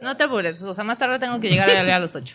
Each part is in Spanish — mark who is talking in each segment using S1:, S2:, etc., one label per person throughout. S1: No te apures, o sea, más tarde tengo que llegar a, a los 8.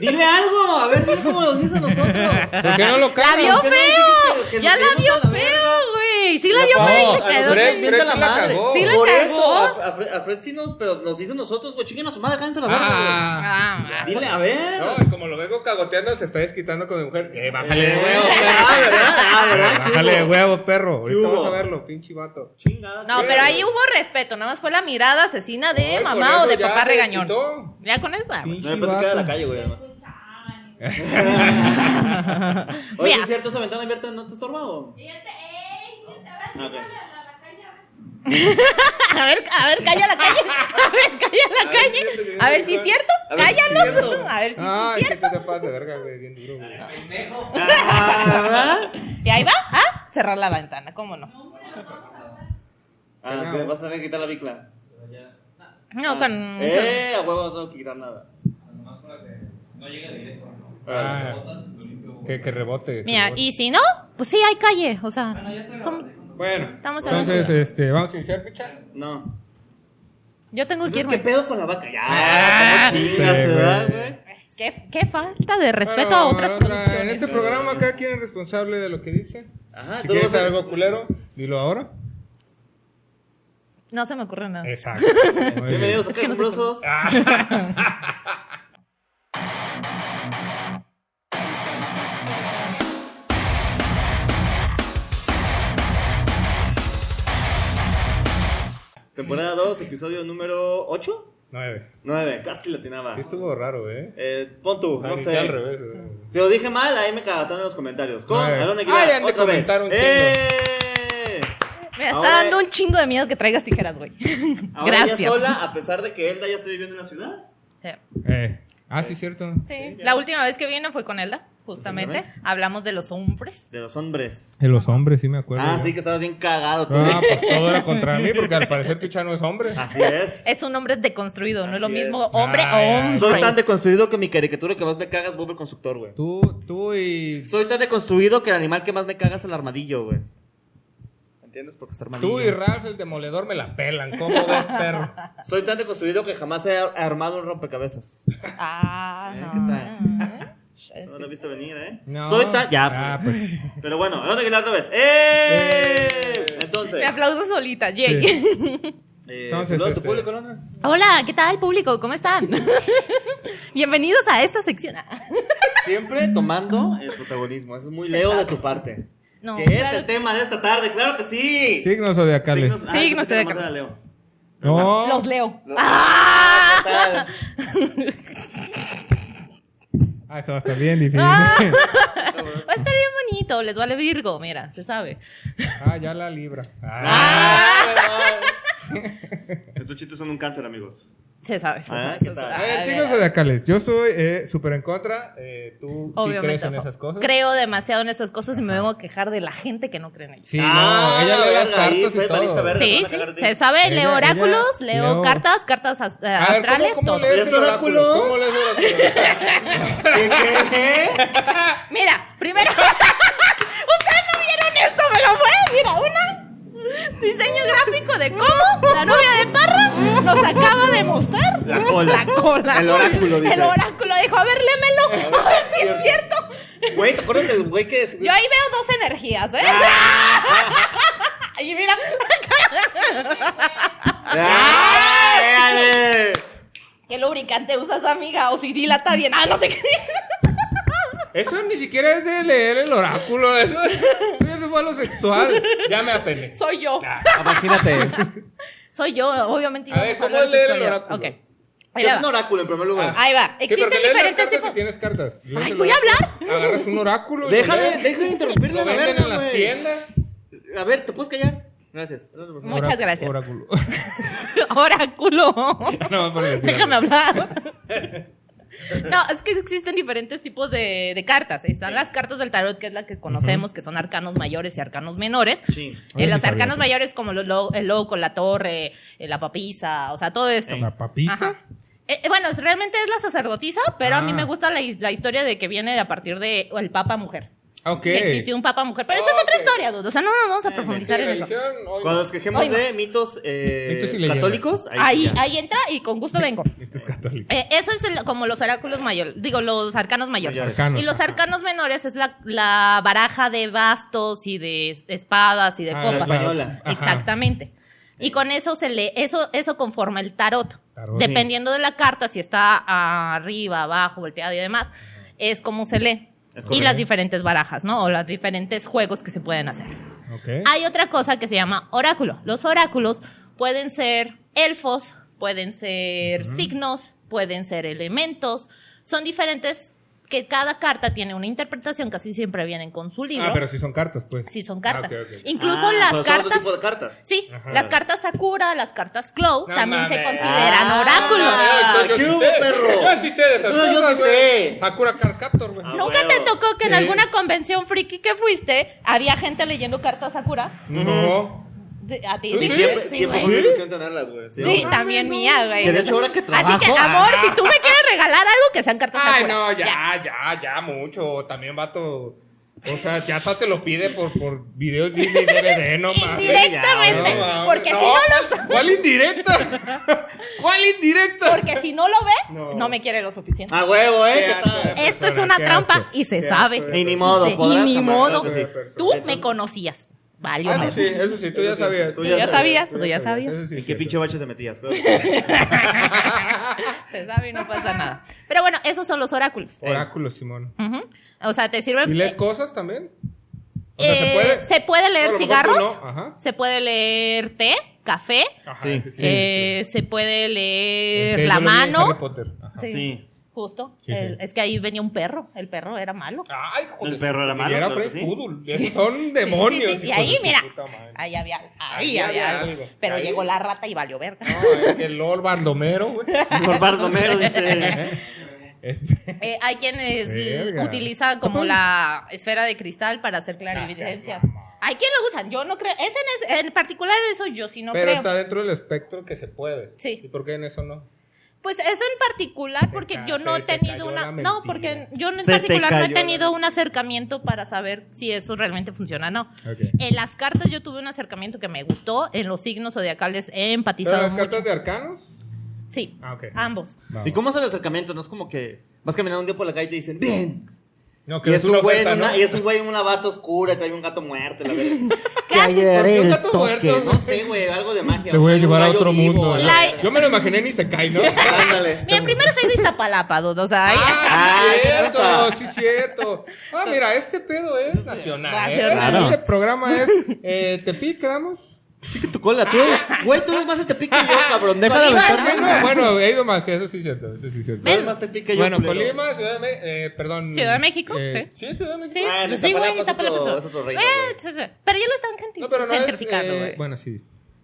S2: Dile algo, a ver, dile cómo nos dice a nosotros.
S3: ¿Por qué no lo
S1: ¡La
S3: cargan?
S1: vio
S2: ¿Por
S1: feo!
S2: qué no dijiste que- que
S1: ¡Ya
S2: nos
S1: la
S2: quedemos
S1: vio
S2: a la
S1: feo, güey! Sí la vio
S3: No,
S1: feo y
S3: a
S1: se quedó.
S3: Fred,
S1: pendejo.
S3: Fred
S2: Mienta
S3: sí la cagó.
S1: Sí la
S2: Por
S1: cagó.
S2: eso, a, a Fred, a Fred sí nos, pero nos hizo nosotros, güey. Chinguen a su madre, cállense la verga, güey.
S1: Ah,
S2: Dile, a ver.
S3: No, y como lo vengo cagoteando, se está desquitando con mi mujer. Eh, bájale de
S2: Eh,
S3: huevo,
S2: ah,
S3: perro.
S2: ¿verdad? Ah,
S3: Eh,
S2: ¿verdad?
S3: Bájale de
S2: Hubo.
S3: huevo, perro. Ahorita
S2: hubo?
S3: vas a verlo, pinche vato.
S2: Chingada.
S1: no, pero ahí hubo respeto, nada más fue la mirada asesina de
S3: Ay, con
S1: mamá o
S3: eso
S1: de
S3: ya
S1: papá
S3: se
S1: regañón.
S3: desquitó.
S1: Ya con esa. güey.
S2: No, después se queda en la calle, güey, además. Oye,
S1: Mira.
S2: ¿sí ¿es cierto esa ventana abierta no te estorba o?
S1: A ver, a ver, calla la calle. A ver, calla la
S3: A ver,
S1: calle.
S3: sí, sí,
S1: A ver
S3: sí,
S1: si es
S3: sí.
S1: cierto.
S2: A ver si es
S1: Cállalos.
S2: cierto.
S1: A ver si sí es
S3: Ay,
S1: cierto.
S3: ¿qué te pasa, verga, güey? Bien duro, güey.
S2: Ah, ¿verdad?
S1: Y ahí va, ¿ah? Cerrar la ventana, ¿cómo no?
S2: Ah, te vas a tener que quitar la bicla.
S1: No, con.
S2: Eh, a huevo no tengo que quitar nada.
S3: Ah, que, que rebote.
S1: Mira,
S3: que rebote.
S1: y si no, pues sí hay calle. O sea, son-
S3: Bueno,
S1: Estamos hablando.
S3: entonces, este, vamos a iniciar, picha.
S2: No.
S1: Pues yo tengo
S3: Pues
S1: que
S2: Entonces,
S1: irme.
S2: ¿qué pedo con la vaca? Ya,
S1: Ah,
S2: ¿cómo chingas,
S3: sí,
S2: verdad,
S3: güey.
S2: güey?
S1: ¿Qué, qué falta de respeto a
S3: Bueno,
S1: otras
S3: otra, En
S1: producciones.
S3: este programa, cada quien es responsable de lo que dice.
S2: Ajá,
S3: si
S2: tú
S3: quieres
S2: vas a-
S3: algo culero, dilo ahora.
S1: No se me ocurre nada.
S3: Exacto. Muy bien.
S2: Bienvenidos a
S1: Es que no sé
S2: Quejumbrosos. Temporada 2, episodio número 8,
S3: Nueve.
S2: 9, casi latinaba.
S3: Sí estuvo raro, ¿eh?
S2: Eh, pon tú,
S3: Ah,
S2: no
S3: inicié Al
S2: sé.
S3: revés. güey.
S2: Si lo dije mal, ahí me cagatan en los comentarios. Con
S3: Nueve.
S2: Alona
S3: Ay,
S2: Aguilar,
S3: han de
S2: otra vez.
S3: comentar un chingo.
S2: ¡Eh!
S1: Me está
S2: Ahora-
S1: dando un chingo de miedo que traigas tijeras, güey.
S2: Ahora
S1: Gracias.
S2: ella sola, a pesar de que Elda ya esté viviendo en la ciudad.
S1: Sí.
S3: Eh, ah, sí, cierto.
S1: Sí. La última vez que vino fue con Elda, justamente.
S2: Justamente.
S1: Hablamos de los hombres.
S2: De los hombres.
S3: De los hombres, sí me acuerdo.
S2: Ah,
S3: yo.
S2: sí, que estabas bien cagado tú.
S3: Ah, pues todo era contra mí, porque al parecer Picha no es hombre.
S2: Así es.
S1: Es un hombre deconstruido, no es lo
S2: Así
S1: mismo
S2: es.
S1: hombre
S3: Ah,
S1: o
S3: ya.
S1: hombre.
S2: Soy tan deconstruido que mi caricatura que más me cagas es Bob el Constructor, güey.
S3: Tú, tú y.
S2: Soy tan deconstruido que el animal que más me caga es el armadillo, güey. ¿Entiendes? Porque está armadillo.
S3: Tú y Ralph, el demoledor, me la pelan. ¿Cómo ves, perro?
S2: Soy tan deconstruido que jamás he ar- armado un rompecabezas.
S1: Ah,
S2: Eh,
S1: no.
S2: Eso no lo he visto venir, ¿eh?
S3: No.
S2: Soy tan... Ya,
S3: Ah,
S2: pues.
S3: pues.
S2: Pero bueno, vamos a Aguilar otra vez. ¡Eh! Entonces...
S1: Me aplaudo solita, yay.
S2: eh,
S3: Entonces,
S2: saluda a tu
S3: este-
S2: público, Londra?
S1: Hola, ¿qué tal público? ¿Cómo están? Bienvenidos a esta sección.
S2: Siempre tomando el protagonismo. Eso es muy
S1: Se
S2: leo de
S1: sabe.
S2: tu parte.
S1: No,
S2: que es
S1: claro
S2: el tema de esta tarde, claro que sí.
S3: Signos zodiacales.
S2: Signos- ah,
S1: Signos
S2: yo pensé que nomás
S1: zodiacales.
S2: era Leo.
S3: No.
S1: los leo.
S2: Lo-
S1: ¡Ah!
S2: ¿Qué tal?
S3: Ah, esto va a estar bien difícil.
S1: Ah. Va a estar bien bonito, les vale Virgo, mira, se sabe.
S3: Ah, ya la libra. Ah,
S2: Ah, Estos chistes son un cáncer, amigos.
S1: Se sabe, se
S2: Ah,
S1: sabe.
S2: ¿qué
S1: se
S2: tal?
S1: sabe.
S3: A ver,
S1: Ay,
S3: signos
S1: mira.
S3: zodiacales. Yo estoy eh, súper en contra. Eh, ¿Tú sí
S1: Obviamente.
S3: crees en
S1: no.
S3: esas cosas?
S1: Creo demasiado en esas cosas y me vengo a quejar de la gente que no cree en ellas.
S3: Sí,
S2: Ah,
S3: no, ella lee las
S2: verga, ahí
S3: cartas
S2: fue
S3: y
S2: balista
S3: todo.
S2: verga.
S1: Sí,
S2: se van
S1: sí,
S2: a cagar de ti.
S1: se sabe,
S3: Ella-
S1: leo
S3: ella-
S1: oráculos, leo
S3: leo-
S1: cartas, cartas as-
S3: A ver, ¿cómo-
S1: astrales,
S3: ¿cómo,
S1: todo.
S3: lees el
S2: ¿Lees
S3: oráculo?
S2: oráculos?
S3: ¿Cómo lees el oráculo?
S1: Mira, primero. Ustedes no vieron esto, pero fue. Mira, una. Diseño gráfico de cómo la novia de Parra nos acaba de mostrar
S2: La cola.
S1: La cola.
S2: El oráculo, dice.
S1: El oráculo dijo: A ver, lémelo. A ver si es cierto.
S2: Güey, ¿te acuerdas del güey que
S1: Yo ahí veo dos energías, ¿eh?
S3: Ah.
S1: Y mira,
S2: ¡Ah! ¡Véale!
S1: ¿qué lubricante usas, amiga? O si dilata bien. Ah, no te crees.
S3: Eso ni siquiera es de leer el oráculo. Eso, eso fue a lo sexual. Ya me apené.
S1: Soy yo.
S2: Imagínate.
S1: Soy yo, obviamente.
S3: A ver,
S1: íbamos
S3: ¿cómo
S1: hablar de
S3: leer el
S1: sexualidad.
S3: oráculo?
S1: Ok. Ahí
S2: Es
S1: le
S2: un
S1: va.
S2: oráculo en primer lugar.
S1: Ahí va.
S3: Sí, pero que
S1: Existen
S3: lees las
S1: diferentes
S3: cartas
S1: tipos.
S3: si tienes cartas. Lees
S1: Ay,
S3: el
S1: voy a
S3: oráculo.
S1: hablar.
S3: Agarras un oráculo. y
S2: Deja
S3: lo
S2: de,
S3: lees.
S2: deja de interrumpirle
S3: Ah, Lo
S2: la
S3: venden
S2: verga,
S3: en las
S2: güey.
S3: tiendas.
S2: A ver, ¿te puedes callar? Gracias.
S1: Muchas
S3: Orá-
S1: gracias.
S3: Oráculo.
S1: Oráculo.
S3: no, por decir
S1: Déjame
S3: algo.
S1: hablar. No, es que existen diferentes tipos de, de cartas. Están las cartas del tarot, que es la que conocemos, que son arcanos mayores y arcanos menores.
S2: Sí.
S1: En
S3: sí
S1: los
S3: sabía
S1: arcanos
S3: eso.
S1: mayores, como lo- lo- el loco, la torre, eh, la papisa, o sea, todo esto.
S3: ¿La papisa?
S1: Ajá. Eh, eh, bueno, es- realmente es la sacerdotisa, pero a mí
S3: Ah.
S1: me gusta la, his- la historia de que viene de a partir de el papa mujer.
S3: Ok.
S1: que existió un papa mujer. Pero esa es otra
S3: Ok. Ah,
S1: historia, dude. O sea, no nos vamos a
S2: Eh,
S1: profundizar en eso.
S3: religión, hoy
S2: Cuando
S3: no.
S2: nos quejemos
S1: Hoy no.
S2: de mitos, eh,
S3: Mitos y leyendas.
S2: católicos, ahí,
S1: Ahí,
S2: sí ya.
S1: ahí entra y con gusto vengo.
S3: Este es católico.
S1: Eh, eso es el- como los oráculos mayores, digo, los arcanos mayores.
S2: Mayores.
S3: Arcanos,
S1: y los
S3: ajá.
S1: arcanos menores es la, la baraja de bastos y de es- espadas y de
S2: la
S3: Ah,
S1: copas.
S2: española.
S3: Ajá.
S1: Exactamente. Y con eso se le, eso, eso conforma el tarot.
S3: Tarot.
S1: Dependiendo de la carta, si está arriba, abajo, volteada y demás, es como se lee.
S2: Es
S1: Y
S2: correcto.
S1: las diferentes barajas, ¿no? O los diferentes juegos que se pueden hacer.
S3: Ok.
S1: Hay otra cosa que se llama oráculo. Los oráculos pueden ser elfos, pueden ser signos, pueden ser elementos. Son diferentes que cada carta tiene una interpretación, casi siempre vienen con su libro.
S3: Ah, pero si son cartas, pues.
S1: Sí, son cartas.
S3: Ah, ok, ok.
S1: Incluso
S2: Ah,
S1: las
S2: pero son otro
S1: cartas.
S2: tipo de cartas.
S1: Sí,
S3: Ajá.
S1: las cartas Sakura, las cartas Clow
S3: No
S1: también se
S3: mames.
S1: consideran
S2: Ah,
S1: oráculos.
S2: Ah,
S3: Yo
S2: ¿qué
S3: sí
S2: hubo,
S3: sé.
S2: perro?
S3: Yo sí sé de esas
S2: No, yo
S3: cosas,
S2: sí
S3: güey.
S2: sé.
S3: Sakura Card Captor, güey.
S2: Ah,
S1: ¿Nunca
S2: huevo.
S1: te tocó que en
S3: Sí.
S1: alguna convención friki que fuiste había gente leyendo cartas Sakura?
S3: No.
S1: De- A ti
S3: ¿Tú
S2: Sí,
S1: sí,
S3: sí?
S2: siempre, siempre
S1: güey.
S2: fue una ilusión tenerlas, güey.
S1: Sí,
S2: Siempre.
S1: también mía, güey.
S2: Que de hecho, ahora que trabajo- ah.
S1: Así que, amor, si tú me quieres regalar algo, que sean cartas
S3: Ay,
S1: Sakura.
S3: no, ya, ya, ya, mucho. También vato. O sea, ya hasta te lo pide por, por videos de DVD, no mames.
S1: Indirectamente.
S3: No, mames.
S1: porque si
S3: No,
S1: no lo
S3: ¿Cuál indirecta? ¿Cuál indirecta?
S1: porque si no lo ve,
S3: No.
S1: no, me quiere lo suficiente.
S2: A huevo, eh.
S3: Qué
S2: que
S3: asco
S2: tal?
S3: de
S1: Esto es
S3: persona,
S1: una
S3: qué
S1: trampa
S3: asco.
S1: y se
S3: Qué
S1: sabe.
S3: asco de
S2: Y ni
S3: persona.
S2: modo,
S1: Sí,
S2: podrás.
S1: y ni
S2: jamás,
S1: modo.
S2: claro que sí.
S1: Tú me conocías. Valió.
S3: Ah,
S1: madre.
S3: eso sí, eso sí, tú ya
S2: Eso sí,
S3: sabías.
S2: tú
S1: Tú ya sabías, tú ya sabías.
S3: eso sí
S2: ¿Y
S3: es
S2: qué
S3: cierto.
S2: pinche bache te metías? Claro que sí.
S1: Ah, Se sabe y no pasa nada. Pero bueno, esos son los oráculos.
S3: Oráculo, Simón.
S1: Ujú. O sea, te
S3: ¿Y
S1: sirven.
S3: lees cosas también? O sea,
S1: eh,
S3: ¿se puede?
S1: leer
S3: Bueno, a lo mejor tú
S1: cigarros,
S3: no, ajá.
S1: se puede leer té, café,
S3: Ajá,
S2: Sí.
S3: sí, sí.
S1: eh, se puede leer
S3: Este, yo
S1: Eh, la
S3: leí Harry
S1: mano.
S3: Potter, ajá.
S1: Sí.
S2: Sí.
S1: Justo.
S3: Sí, Ah,
S1: El-
S3: sí.
S1: Es que ahí venía un perro. El perro era malo.
S3: Ay, joder.
S2: El perro era
S3: Y
S2: malo,
S3: Era
S2: claro que
S3: Fred
S2: sí.
S3: Poodle. Esos son demonios.
S1: Sí, sí, sí. Y
S3: hijos de
S1: ahí,
S3: su
S1: mira.
S3: puta madre.
S1: Ahí había, ahí
S3: Ahí
S1: había
S3: había
S1: algo.
S3: algo.
S1: Pero
S3: Ahí.
S1: llegó la rata y valió verga.
S3: No, es que el Lord Baldomero, güey.
S2: Por Bardomero dice.
S3: Este-
S1: Eh, hay quienes l-
S3: Verga.
S1: utilizan como
S3: Ujú.
S1: la esfera de cristal para hacer clarividencias. Hay quienes lo usan, yo no creo. Ese en, es- en particular eso yo sí no
S3: Pero
S1: creo.
S3: está dentro del espectro que se puede.
S1: Sí.
S3: ¿Y por qué en eso no?
S1: Pues eso en particular porque
S3: ca-
S1: yo no
S3: se
S1: he
S3: te
S1: tenido
S3: cayó
S1: una...
S3: la
S1: No,
S3: mentira.
S1: porque yo en
S2: Se te
S1: particular no he
S2: cayó la
S1: tenido un acercamiento para saber si eso realmente funciona o no.
S3: Ok.
S1: En las cartas yo tuve un acercamiento que me gustó, en los signos zodiacales he
S3: ¿Pero
S1: empatizado
S3: las
S1: mucho.
S3: cartas de arcanos?
S1: Sí,
S3: Ah, ok.
S1: ambos.
S3: Va,
S2: ¿Y
S3: va.
S2: cómo es el acercamiento? No es como que vas caminando un día por la calle y te dicen, ven.
S3: No,
S2: Y es, un güey en
S3: oferta,
S2: una,
S3: ¿no?
S2: y es un güey en una bata oscura y trae un gato muerto. La verdad.
S1: ¿Qué haces?
S3: ¿Por qué un gato muerto?
S2: no sé, güey, algo de magia.
S3: Te voy a
S2: Un
S3: llevar a
S2: gallo
S3: otro
S2: vivo,
S3: mundo.
S2: la
S1: La-
S2: verga.
S3: Yo me lo imaginé ni se cae, ¿no?
S2: Ándale.
S1: Miren, primero soy de Iztapalapa, dudo, o sea, ahí-
S3: Ah,
S2: Ah,
S3: sí,
S2: ¿qué
S3: cierto,
S2: pasa?
S3: sí, cierto. Ah, mira, este pedo es nacional. ¿eh?
S1: Nacional.
S2: Claro.
S3: Este programa es eh, Tepic, quedamos.
S2: Chica tu cola, tú eres. Güey, tú eres más de te pica yo, cabrón. Deja de
S1: Colima,
S2: aventarme.
S1: ¿no?
S3: Bueno, he ido más, sí, eso sí es cierto. Eso sí es cierto.
S2: Tú eres más te pica yo.
S3: bueno,
S2: culero.
S3: Colima, Ciudad de México, perdón. eh,
S1: Ciudad de México,
S3: sí. Sí, Ciudad de México.
S1: Sí,
S2: Ah, en
S1: sí, güey,
S2: Iztapalapa es
S1: Iztapalapa
S2: otro-
S1: es otro-
S2: es otro reino,
S1: Eh,
S2: güey.
S1: sí, sí. Pero ya lo están genti-
S3: No, pero no es,
S1: gentrificando,
S3: eh,
S1: güey.
S3: bueno, sí.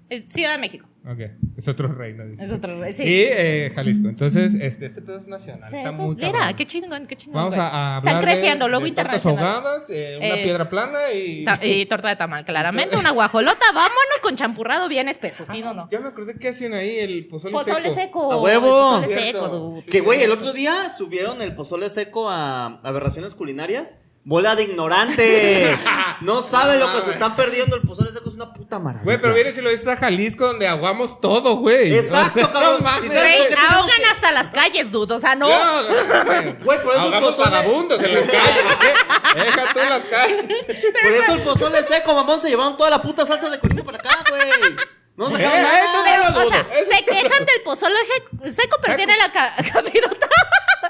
S1: Es Ciudad de México.
S3: Ok, es otro reino. dice.
S1: Es otro re- sí.
S3: Y eh, Jalisco. Entonces, este, este pedo es nacional.
S1: Sí,
S3: está
S1: sí.
S3: muy
S1: Mira,
S3: cabrón.
S1: qué chingón, qué chingón.
S3: Vamos
S1: güey.
S3: a, a hablar
S1: Están creciendo,
S3: de,
S1: luego
S3: de tortas
S1: internacional.
S3: ahogadas, eh, una
S1: Eh,
S3: piedra plana y...
S1: Ta- Y torta de tamal, claramente. Una guajolota. Vámonos con champurrado bien espeso, ¿sí o no?
S3: Ya me acordé que hacen ahí el pozole,
S1: Pozole seco.
S2: A huevo.
S1: el Pozole seco,
S3: Cierto.
S1: dude.
S2: Que güey, el otro día subieron el pozole seco a aberraciones culinarias. Bola de ignorantes. No saben lo que se están perdiendo. El pozole seco es una puta maravilla.
S3: Güey, pero viene si lo dices a Jalisco donde aguamos todo, güey.
S2: Exacto, cabrón.
S3: No mames.
S2: ¿Y sabes
S1: Güey,
S2: por qué tenemos
S1: ahogan
S2: que-
S1: hasta las calles, dude. O sea, no.
S3: No, no, güey.
S2: Güey, por eso
S3: Ahogamos
S2: pozole-
S3: vagabundos en las calles. ¿eh? Deja tú las calles.
S2: Por eso el pozole seco, mamón, se llevaron toda la puta salsa de conejo para acá, güey. No se
S3: Eh,
S2: dejaron
S3: eso
S2: nada.
S3: no lo
S1: Pero, o sea,
S3: dudo, eso
S1: se quejan del pozole je- seco, pero tiene la ca- capirotada.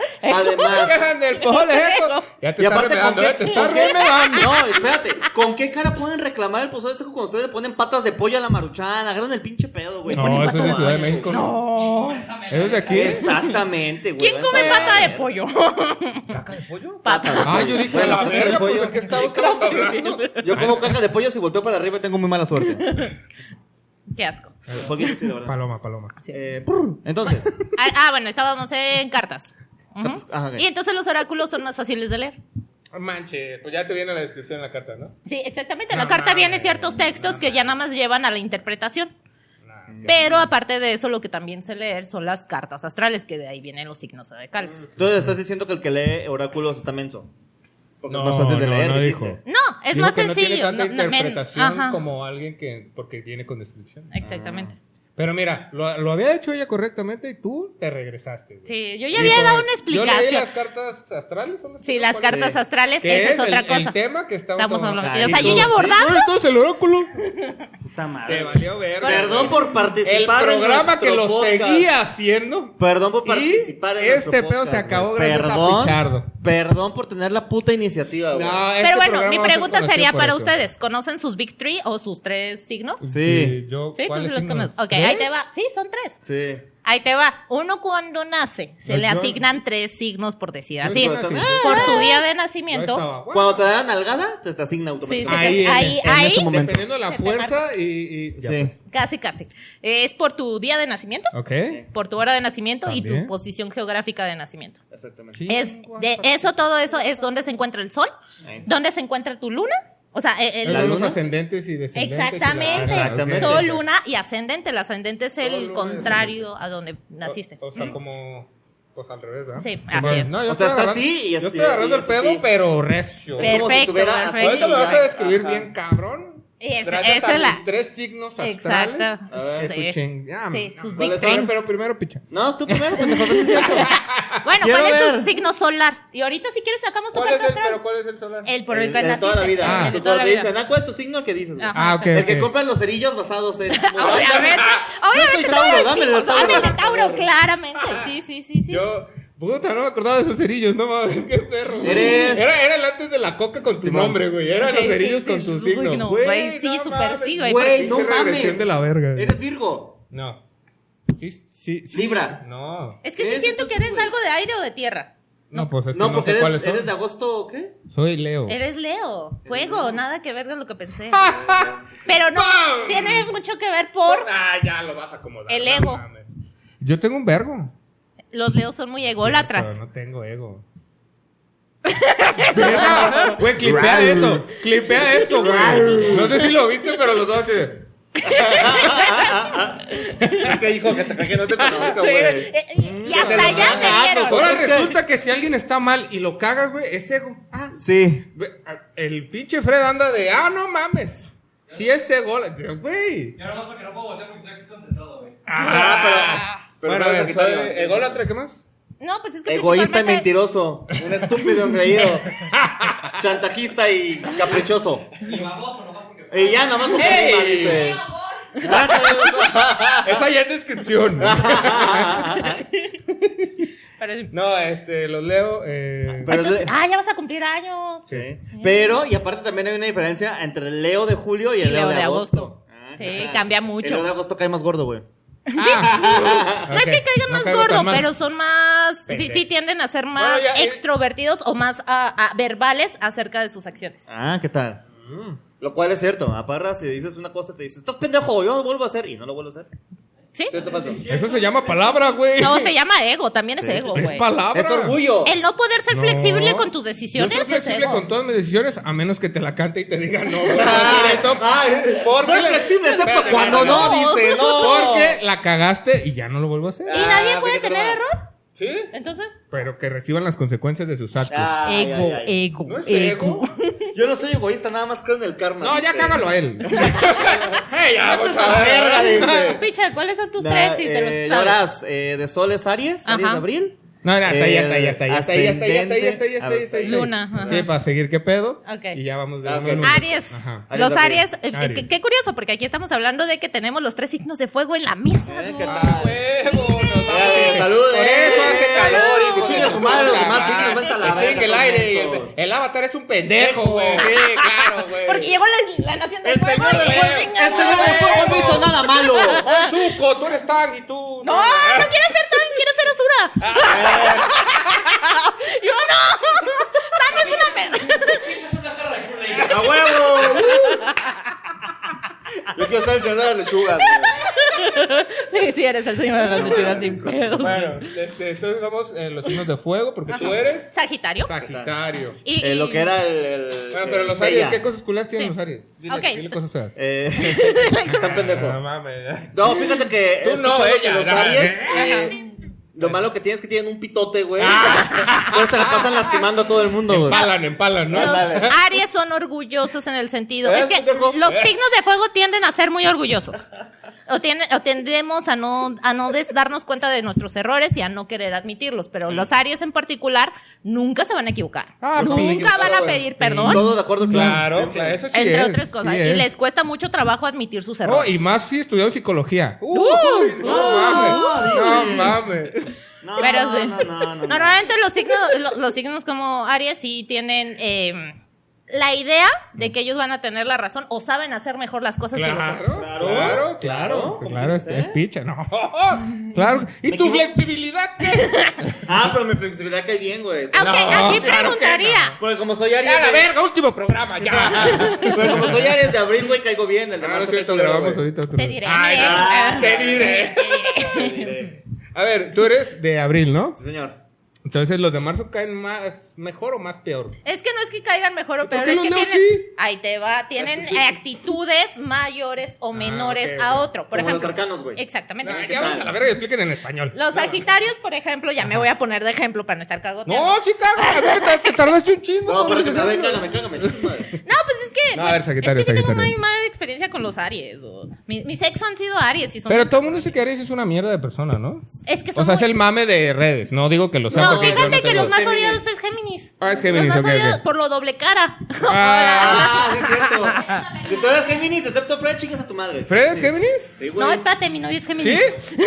S2: Además.
S3: Dejan del pozole seco. Ya te
S2: y
S3: está
S2: aparte, ¿con
S3: remedando,
S2: qué-
S3: eh, te está
S2: con qué-
S3: remedando.
S2: No, espérate. ¿Con qué cara pueden reclamar el pozole seco cuando ustedes le ponen patas de pollo a la maruchana? Agarran el pinche pedo,
S1: Pues
S2: güey.
S3: No,
S2: Ponen
S3: eso es de
S2: patas
S3: Ciudad de
S2: pollo.
S3: México.
S1: No.
S3: Eso es de aquí.
S2: Exactamente, güey.
S1: ¿Quién come
S2: Esa-
S1: pata de pollo?
S3: ¿Caca de pollo?
S1: Pata.
S3: Ah, yo dije, a la
S2: Caca de
S3: verga,
S2: pollo.
S3: pues, ¿de qué estamos estamos hablando?
S2: Yo como caja de pollo si volteo para arriba tengo muy mala suerte.
S1: Qué asco.
S2: Porque yo sí, de verdad.
S3: Paloma, paloma.
S2: Eh, prr, entonces,
S1: Ah, ah, bueno, estábamos en cartas. Ujú.
S2: Cartas, ajá, ok.
S1: Y entonces los oráculos son más fáciles de leer.
S3: Manche, pues ya te viene la descripción en la carta, ¿no?
S1: Sí, exactamente. En la
S3: No
S1: carta
S3: mames,
S1: viene ciertos textos que ya nada más llevan a la interpretación. Pero aparte de eso, lo que también sé leer son las cartas astrales, que de ahí vienen los signos zodiacales.
S2: entonces estás diciendo que el que lee oráculos está menso. Porque
S3: No,
S2: es más fácil de
S3: no,
S2: leer.
S3: no
S2: dijiste.
S3: dijo.
S1: No, es
S3: Digo
S1: más
S3: que
S1: sencillo.
S3: No tiene tanta
S1: No, no, men-
S3: interpretación
S1: ajá,
S3: como alguien que. Porque viene con descripción.
S1: Exactamente.
S3: Pero mira, lo, lo había hecho ella correctamente y tú te regresaste. güey.
S1: Sí, yo ya
S3: Y
S1: había
S3: como-
S1: dado una
S3: Yo leí
S1: explicación.
S3: las cartas astrales. ¿son
S1: Sí,
S3: que-
S1: las
S3: ¿cuáles?
S1: cartas astrales,
S3: Que
S1: que esa es otra
S3: el,
S1: cosa.
S3: El tema que estamos,
S1: Estamos hablando.
S2: Ah,
S1: O sea,
S2: y
S1: yo
S2: tú,
S1: ya
S2: sí.
S1: abordando.
S3: Esto es el oráculo.
S2: Puta
S3: Te
S2: madre.
S3: valió ver.
S2: Perdón por
S3: El
S2: participar. en
S3: programa que
S2: nuestro
S3: lo
S2: podcast.
S3: seguía haciendo.
S2: Perdón por
S3: Y
S2: participar en nuestro
S3: este pedo
S2: podcast,
S3: se acabó
S2: güey.
S3: gracias a Pichardo.
S2: Perdón por tener la puta iniciativa, güey.
S3: No, este
S1: Pero bueno,
S3: programa
S1: mi
S3: va a ser
S1: pregunta
S3: conocido
S1: sería
S3: por
S1: para
S3: eso.
S1: ustedes. ¿Conocen sus Big Three o sus tres signos? Sí,
S2: Sí.
S3: yo,
S1: tú sí
S3: ¿cuáles
S1: los
S3: signos?
S1: conoces. Ok,
S3: ¿Tres?
S1: ahí te va. Sí, son tres.
S2: Sí.
S1: Ahí te va. Uno cuando nace, se
S3: Ay,
S1: le
S3: yo-
S1: asignan tres signos, por decir
S3: Yo
S1: así. Ah,
S3: estaba así.
S1: Por su día de
S3: Yo
S1: nacimiento.
S3: estaba,
S2: Cuando te dan algalada, te te asigna
S1: Sí, se
S2: automáticamente.
S1: te-
S3: Ahí, en-
S1: ahí,
S3: en
S1: ahí,
S2: ese momento.
S3: Dependiendo de la
S1: Se te
S3: fuerza y. y ya,
S2: Sí.
S3: pues.
S1: casi, casi. Es por tu día de nacimiento,
S3: Ok.
S1: por tu hora de nacimiento y tu
S3: También.
S1: posición geográfica de nacimiento.
S2: Exactamente.
S3: Sí.
S1: Es de eso, todo eso es donde se encuentra el sol,
S2: Ahí.
S1: donde se encuentra tu luna, o sea, el, el-
S3: Esos son los
S2: luna?
S3: ascendentes y Ah, descendentes.
S1: Exactamente.
S2: Exactamente.
S1: Sol, luna y ascendente. El ascendente es
S3: Sol,
S1: el
S3: luna y
S1: contrario a donde naciste.
S3: O, o sea, como. Pues al revés, ¿verdad?
S1: Sí, así
S3: bueno,
S1: es.
S3: no, yo
S2: O sea,
S3: estoy
S2: está
S3: agarrando-
S2: así y
S3: Yo
S2: así-
S3: estoy agarrando
S2: y
S3: el
S2: así.
S3: pedo, pero recio.
S2: Es como si
S1: Perfecto,
S2: estuviera
S1: perfecto.
S2: así,
S3: Ahorita me vas a
S2: ya.
S3: describir
S2: Ajá.
S3: bien, cabrón.
S1: Es-
S3: gracias
S1: esa
S3: a
S1: es la-
S3: mis tres signos astrales.
S1: Exacto.
S2: A ver,
S1: Sí.
S3: Que su ching- ah,
S1: Sí,
S3: no,
S1: sus
S3: vale,
S1: Big
S3: pero-
S1: Three.
S3: Pero primero, picha.
S2: No, tú primero, pendejo. tú primero.
S1: Bueno,
S2: Quiero
S1: ¿cuál es
S2: ver.
S1: tu signo solar? Y ahorita si quieres sacamos tu
S3: ¿Cuál es
S1: carta
S3: el,
S1: astral.
S3: pero cuál es el solar?
S1: El por el,
S2: El
S1: que
S2: de
S1: naciste.
S2: toda la vida.
S3: Ah.
S1: El de
S2: Tú
S1: toda
S2: toda
S1: la
S2: le
S1: vida.
S2: dicen, ah, ¿cuál es tu signo? ¿Qué dices? güey?
S1: Ajá.
S3: Ah, ok.
S2: El que
S3: ok.
S2: compra los cerillos basados en...
S1: Obviamente,
S2: soy
S1: obviamente,
S2: Tauro,
S1: todos
S2: dámelo,
S1: decimos,
S2: Tauro.
S1: obviamente, Tauro, claramente. Sí, sí, sí, sí.
S3: Yo, puta, no me acordaba de esos cerillos, no mames, qué perro. güey.
S2: Eres-
S3: Era, era el antes de la coca con tu
S2: Simón.
S3: nombre, güey. Eran
S1: Sí,
S3: los
S1: sí,
S3: cerillos
S1: sí,
S3: con
S1: sí,
S3: tu
S1: su
S3: signo.
S1: signo. Güey, sí, súper sí, güey.
S2: Güey, no
S3: Pinche
S2: mames.
S3: regresión de la verga. güey.
S2: Eres Virgo.
S3: No. Sí, sí, sí.
S2: Libra.
S3: No.
S1: Es que sí
S2: Es-
S1: siento que eres algo de aire o de tierra.
S3: No, pues es que
S2: No,
S3: no,
S2: porque
S3: sé cuáles
S2: eres,
S3: son.
S2: eres de agosto, ¿o ¿qué?
S3: Soy Leo.
S1: Eres Leo, fuego, nada que ver con lo que pensé. Pero no,
S3: ¡Pam!
S1: tiene mucho que ver por
S3: Ah, ya lo vas a acomodar.
S1: El
S3: no
S1: ego.
S3: mames. Yo tengo un vergo.
S1: los Leos son muy ególatras.
S3: Pero no tengo ego. Verga, Güey, clipea eso. Clipea eso, güey. No sé si lo viste, pero los dos así de-
S2: Es que hijo, que, te- que no te
S3: Ah,
S2: conozco,
S1: Sí,
S2: güey.
S1: eh, y- y hasta
S2: lo
S1: allá
S2: hagan,
S1: te vieron.
S2: pues,
S3: Ahora
S2: Es que-
S3: resulta que si alguien está mal y lo cagas, güey, es ego. Ah,
S2: Sí.
S3: ve- a- el pinche Fred anda de, ah, no mames. Si es ego, güey.
S4: Y ahora más porque no puedo voltear porque estoy aquí concentrado, güey.
S2: Ah, pero... pero
S3: Bueno, a
S2: vamos a
S3: ver, soy
S2: quitarle los-
S3: ególatra, ¿qué más?
S1: No, pues es que
S2: Egoísta y
S1: principalmente-
S2: mentiroso. Un estúpido engreído. Chantajista y caprichoso.
S4: Y baboso nomás porque.
S2: Y ya, nada más un
S3: ¡Ey!
S2: prima, dice.
S3: Esa ya es descripción.
S1: Pero-
S3: no, este, los leo. Eh,
S2: Pero-
S1: Entonces, ah, ya vas a cumplir años.
S2: Sí. Pero, y aparte también hay una diferencia entre el Leo de julio y el Leo, de agosto. Ah,
S1: Sí,
S2: ah.
S1: cambia
S2: El Leo de
S1: mucho.
S2: agosto cae más gordo, güey.
S3: Ah,
S1: No es que
S3: ok.
S1: caigan
S3: No
S1: más
S3: caigo
S1: gordo,
S3: tan mal.
S1: pero son más. Sí,
S3: Pendejo.
S1: sí, tienden a ser más
S3: Bueno, ya, eh.
S1: extrovertidos o más ah, ah, verbales acerca de sus acciones.
S2: Ah, ¿qué tal? Lo cual es cierto. Aparras y dices una cosa, te dices, estás pendejo, yo lo vuelvo a hacer. Y no lo vuelvo a hacer.
S1: ¿Sí?
S2: ¿Qué te pasó?
S3: Eso se llama palabra, güey.
S1: No, se llama ego, también es
S2: Sí, sí,
S1: ego,
S2: sí.
S3: Es
S1: güey.
S3: palabra.
S2: Es orgullo.
S1: El no poder ser
S3: No.
S1: flexible con tus
S3: Yo
S1: decisiones
S3: soy
S1: es
S3: flexible
S1: ego.
S3: con todas mis decisiones, a menos que te la cante y te diga no. güey,
S2: Ah,
S3: hacer esto,
S2: ah, eh, soy
S3: la-
S2: flexible, excepto
S3: Espérate,
S2: cuando
S3: espérate,
S2: no, dice, no.
S3: Porque la cagaste y ya no lo vuelvo a hacer.
S1: Y nadie
S2: Ah,
S1: puede
S2: fíjate
S1: tener
S2: nomás.
S1: error.
S3: Sí.
S1: Entonces,
S3: Pero que reciban las consecuencias de sus actos.
S2: Ay,
S1: ego,
S2: ay, ay.
S1: ego,
S3: ¿No es
S1: ego.
S3: ego?
S2: Yo no soy egoísta, nada más creo en el karma.
S3: No, ya
S2: dice.
S3: cágalo a él. Este, hey, ya,
S2: Esto es
S3: vamos
S2: una
S3: a
S2: verga,
S3: ver.
S2: dice.
S1: Picha, ¿cuáles son tus
S2: La,
S1: tres? Si te los
S2: eh,
S1: sabes.
S2: Lloras, eh, de Sol es Aries, Aries
S1: Ajá.
S2: de Abril.
S3: No, no, hasta ahí,
S2: Eh,
S3: hasta ahí, hasta ahí, hasta ahí, hasta ahí, hasta ahí, hasta ahí, hasta ahí, hasta ahí, hasta ahí.
S1: Luna, ajá.
S3: Sí, para seguir qué pedo.
S1: Ok.
S3: Y ya vamos de
S2: Ah,
S3: uno en
S2: ok.
S3: uno.
S1: Aries.
S3: Ajá.
S2: Aries
S1: Los
S2: de abril.
S1: Aries. eh, eh,
S3: Aries.
S1: Qué, qué curioso, porque aquí estamos hablando de que tenemos los tres signos de fuego en la mesa.
S2: Eh,
S1: dude.
S2: ¿qué tal?
S3: ¡Ah, huevo! Nos vamos.
S2: Eh, salud,
S3: Por
S2: eh.
S3: eso hace calor, hijo
S2: Que
S3: de
S2: chingue
S3: la
S2: su madre, los
S3: puta
S2: demás
S3: madre.
S2: signos, váyanse a la
S3: Que
S2: verga
S3: chingue el
S2: todos
S3: aire. y
S2: mensos.
S3: El, el avatar es un pendejo, güey. Sí, claro, güey.
S1: Porque llegó la, la nación del
S2: El
S1: fuego.
S2: señor del
S1: y-
S2: fuego,
S1: venga,
S2: el señor del
S1: güey.
S2: fuego Este no hizo nada malo.
S3: Suco, tú eres tan y tú.
S1: No, no quiero ser tan, quiero ser Asura. Yo no. Tan es una per-
S4: Pinchas una jarra de culé.
S2: ¡A huevo! Yo quiero ser el señor de las lechugas. güey.
S1: Sí, sí, eres el señor de las lechugas sin pedos.
S3: Bueno, este, entonces somos eh, los signos de fuego porque tú eres
S1: Sagitario.
S3: Sagitario.
S1: Y,
S2: Eh, lo
S1: y-
S2: que era el. el-
S3: Bueno, pero
S2: el
S3: los Aries,
S2: Seiya.
S3: ¿qué cosas culas tienen
S1: Sí.
S3: los Aries? Dile,
S1: Ok.
S3: dile cosas feas.
S2: Eh, están
S3: Ah,
S2: pendejos.
S3: mames.
S2: No, fíjate que. he
S3: Tú no,
S2: escuchado que
S3: ella,
S2: Los
S3: la-
S2: Aries.
S3: eh.
S2: eh, Lo malo que tienes es que tienen un pitote, güey.
S3: Ah.
S2: Pues se la pasan lastimando a todo el mundo, güey.
S3: Empalan, empalan, ¿no?
S1: Los
S2: dale.
S1: Aries son orgullosos en el sentido.
S2: ¿Eh,
S1: Es que
S2: pendejo?
S1: los signos de fuego tienden a ser muy orgullosos. O, tiene- o tendemos a no, a no des- darnos cuenta de nuestros errores y a no querer admitirlos. Pero los Aries en particular nunca se van a equivocar.
S3: Ah, no,
S1: nunca
S3: equivocado,
S1: van a
S3: güey.
S1: pedir perdón.
S2: Todo de acuerdo, claro.
S3: Claro,
S2: Sí,
S3: claro, eso sí
S1: Entre
S3: es,
S1: otras cosas.
S3: sí
S1: y
S3: es.
S1: les cuesta mucho trabajo admitir sus
S3: No,
S1: errores.
S3: y más si estudiaron psicología.
S1: ¡Uh!
S3: No mames, no mames.
S2: No,
S1: Pero
S2: no,
S1: sí.
S2: no, no, no, no.
S1: Normalmente los signos, lo- los signos como Aries sí tienen eh, la idea de que ellos van a tener la razón o saben hacer mejor las cosas que los otros.
S3: Claro,
S2: Claro,
S3: claro,
S2: claro,
S3: claro.
S2: ¿cómo
S3: Claro, es,
S2: dices,
S3: es
S2: eh?
S3: picha, no. Claro. ¿Y
S2: Me
S3: tu
S2: equivo-
S3: flexibilidad qué?
S2: Ah, pero mi flexibilidad cae bien, güey.
S1: Aunque
S3: No,
S1: aquí
S3: claro que
S1: preguntaría,
S2: Porque como soy Aries.
S3: Ya, la
S2: de-
S3: verga, último programa, ya.
S2: Pero como soy Aries de abril, güey, caigo bien. El de
S3: Claro,
S2: marzo
S3: Ah, es cierto,
S2: Ah, me culero,
S3: grabamos
S2: güey.
S3: ahorita otro.
S1: Te diré,
S3: Ay,
S1: mi ex.
S3: ah,
S1: Ah.
S3: Te diré.
S2: Te diré.
S3: A ver, tú eres de abril, ¿no?
S2: Sí, señor.
S3: Entonces, ¿los de marzo caen más mejor o más peor?
S1: es que no es que caigan mejor o
S3: por
S1: peor,
S3: qué
S1: es
S3: los
S1: que
S3: leo
S1: tienen,
S3: así?
S1: ahí te va, tienen eh, actitudes mayores o menores
S3: Ah, ok,
S1: a
S3: ok.
S1: otro, por
S2: Como
S1: ejemplo.
S2: los arcanos, güey.
S1: Exactamente.
S3: Nah, ya vamos a la verga y expliquen en español.
S1: Los Sagitarios, por ejemplo, ya me voy a poner de ejemplo para no estar cagoteando.
S3: No, sí, cago, te, te tardaste un chingo.
S2: No, pero que
S3: te
S2: a ver, cágame, cágame. chinga, madre.
S1: No, pues es que.
S3: No, a ver, Sagitario,
S1: es que sí tengo
S3: Sagitario.
S1: muy mala experiencia con los Aries. o- mi- mis ex han sido Aries y son.
S3: Pero todo el mundo dice que Aries es una mierda de persona, ¿no?
S1: es que son.
S3: O sea, es
S1: muy-
S3: el mame de redes. No digo que lo sea.
S1: No,
S3: porque yo
S1: fíjate
S3: sé
S1: que los más
S2: Géminis.
S1: odiados es Géminis.
S3: Ah, es Géminis,
S1: Los más
S3: ok, ok.
S1: odiados por lo doble cara.
S2: Ah,
S3: Ah.
S2: sí, es cierto. Si tú eres Géminis, excepto Fred, chingas a tu madre.
S3: ¿Fred es Géminis?
S2: Sí, güey.
S1: no, espérate, mi novio es
S3: ¿Sí?
S1: Géminis.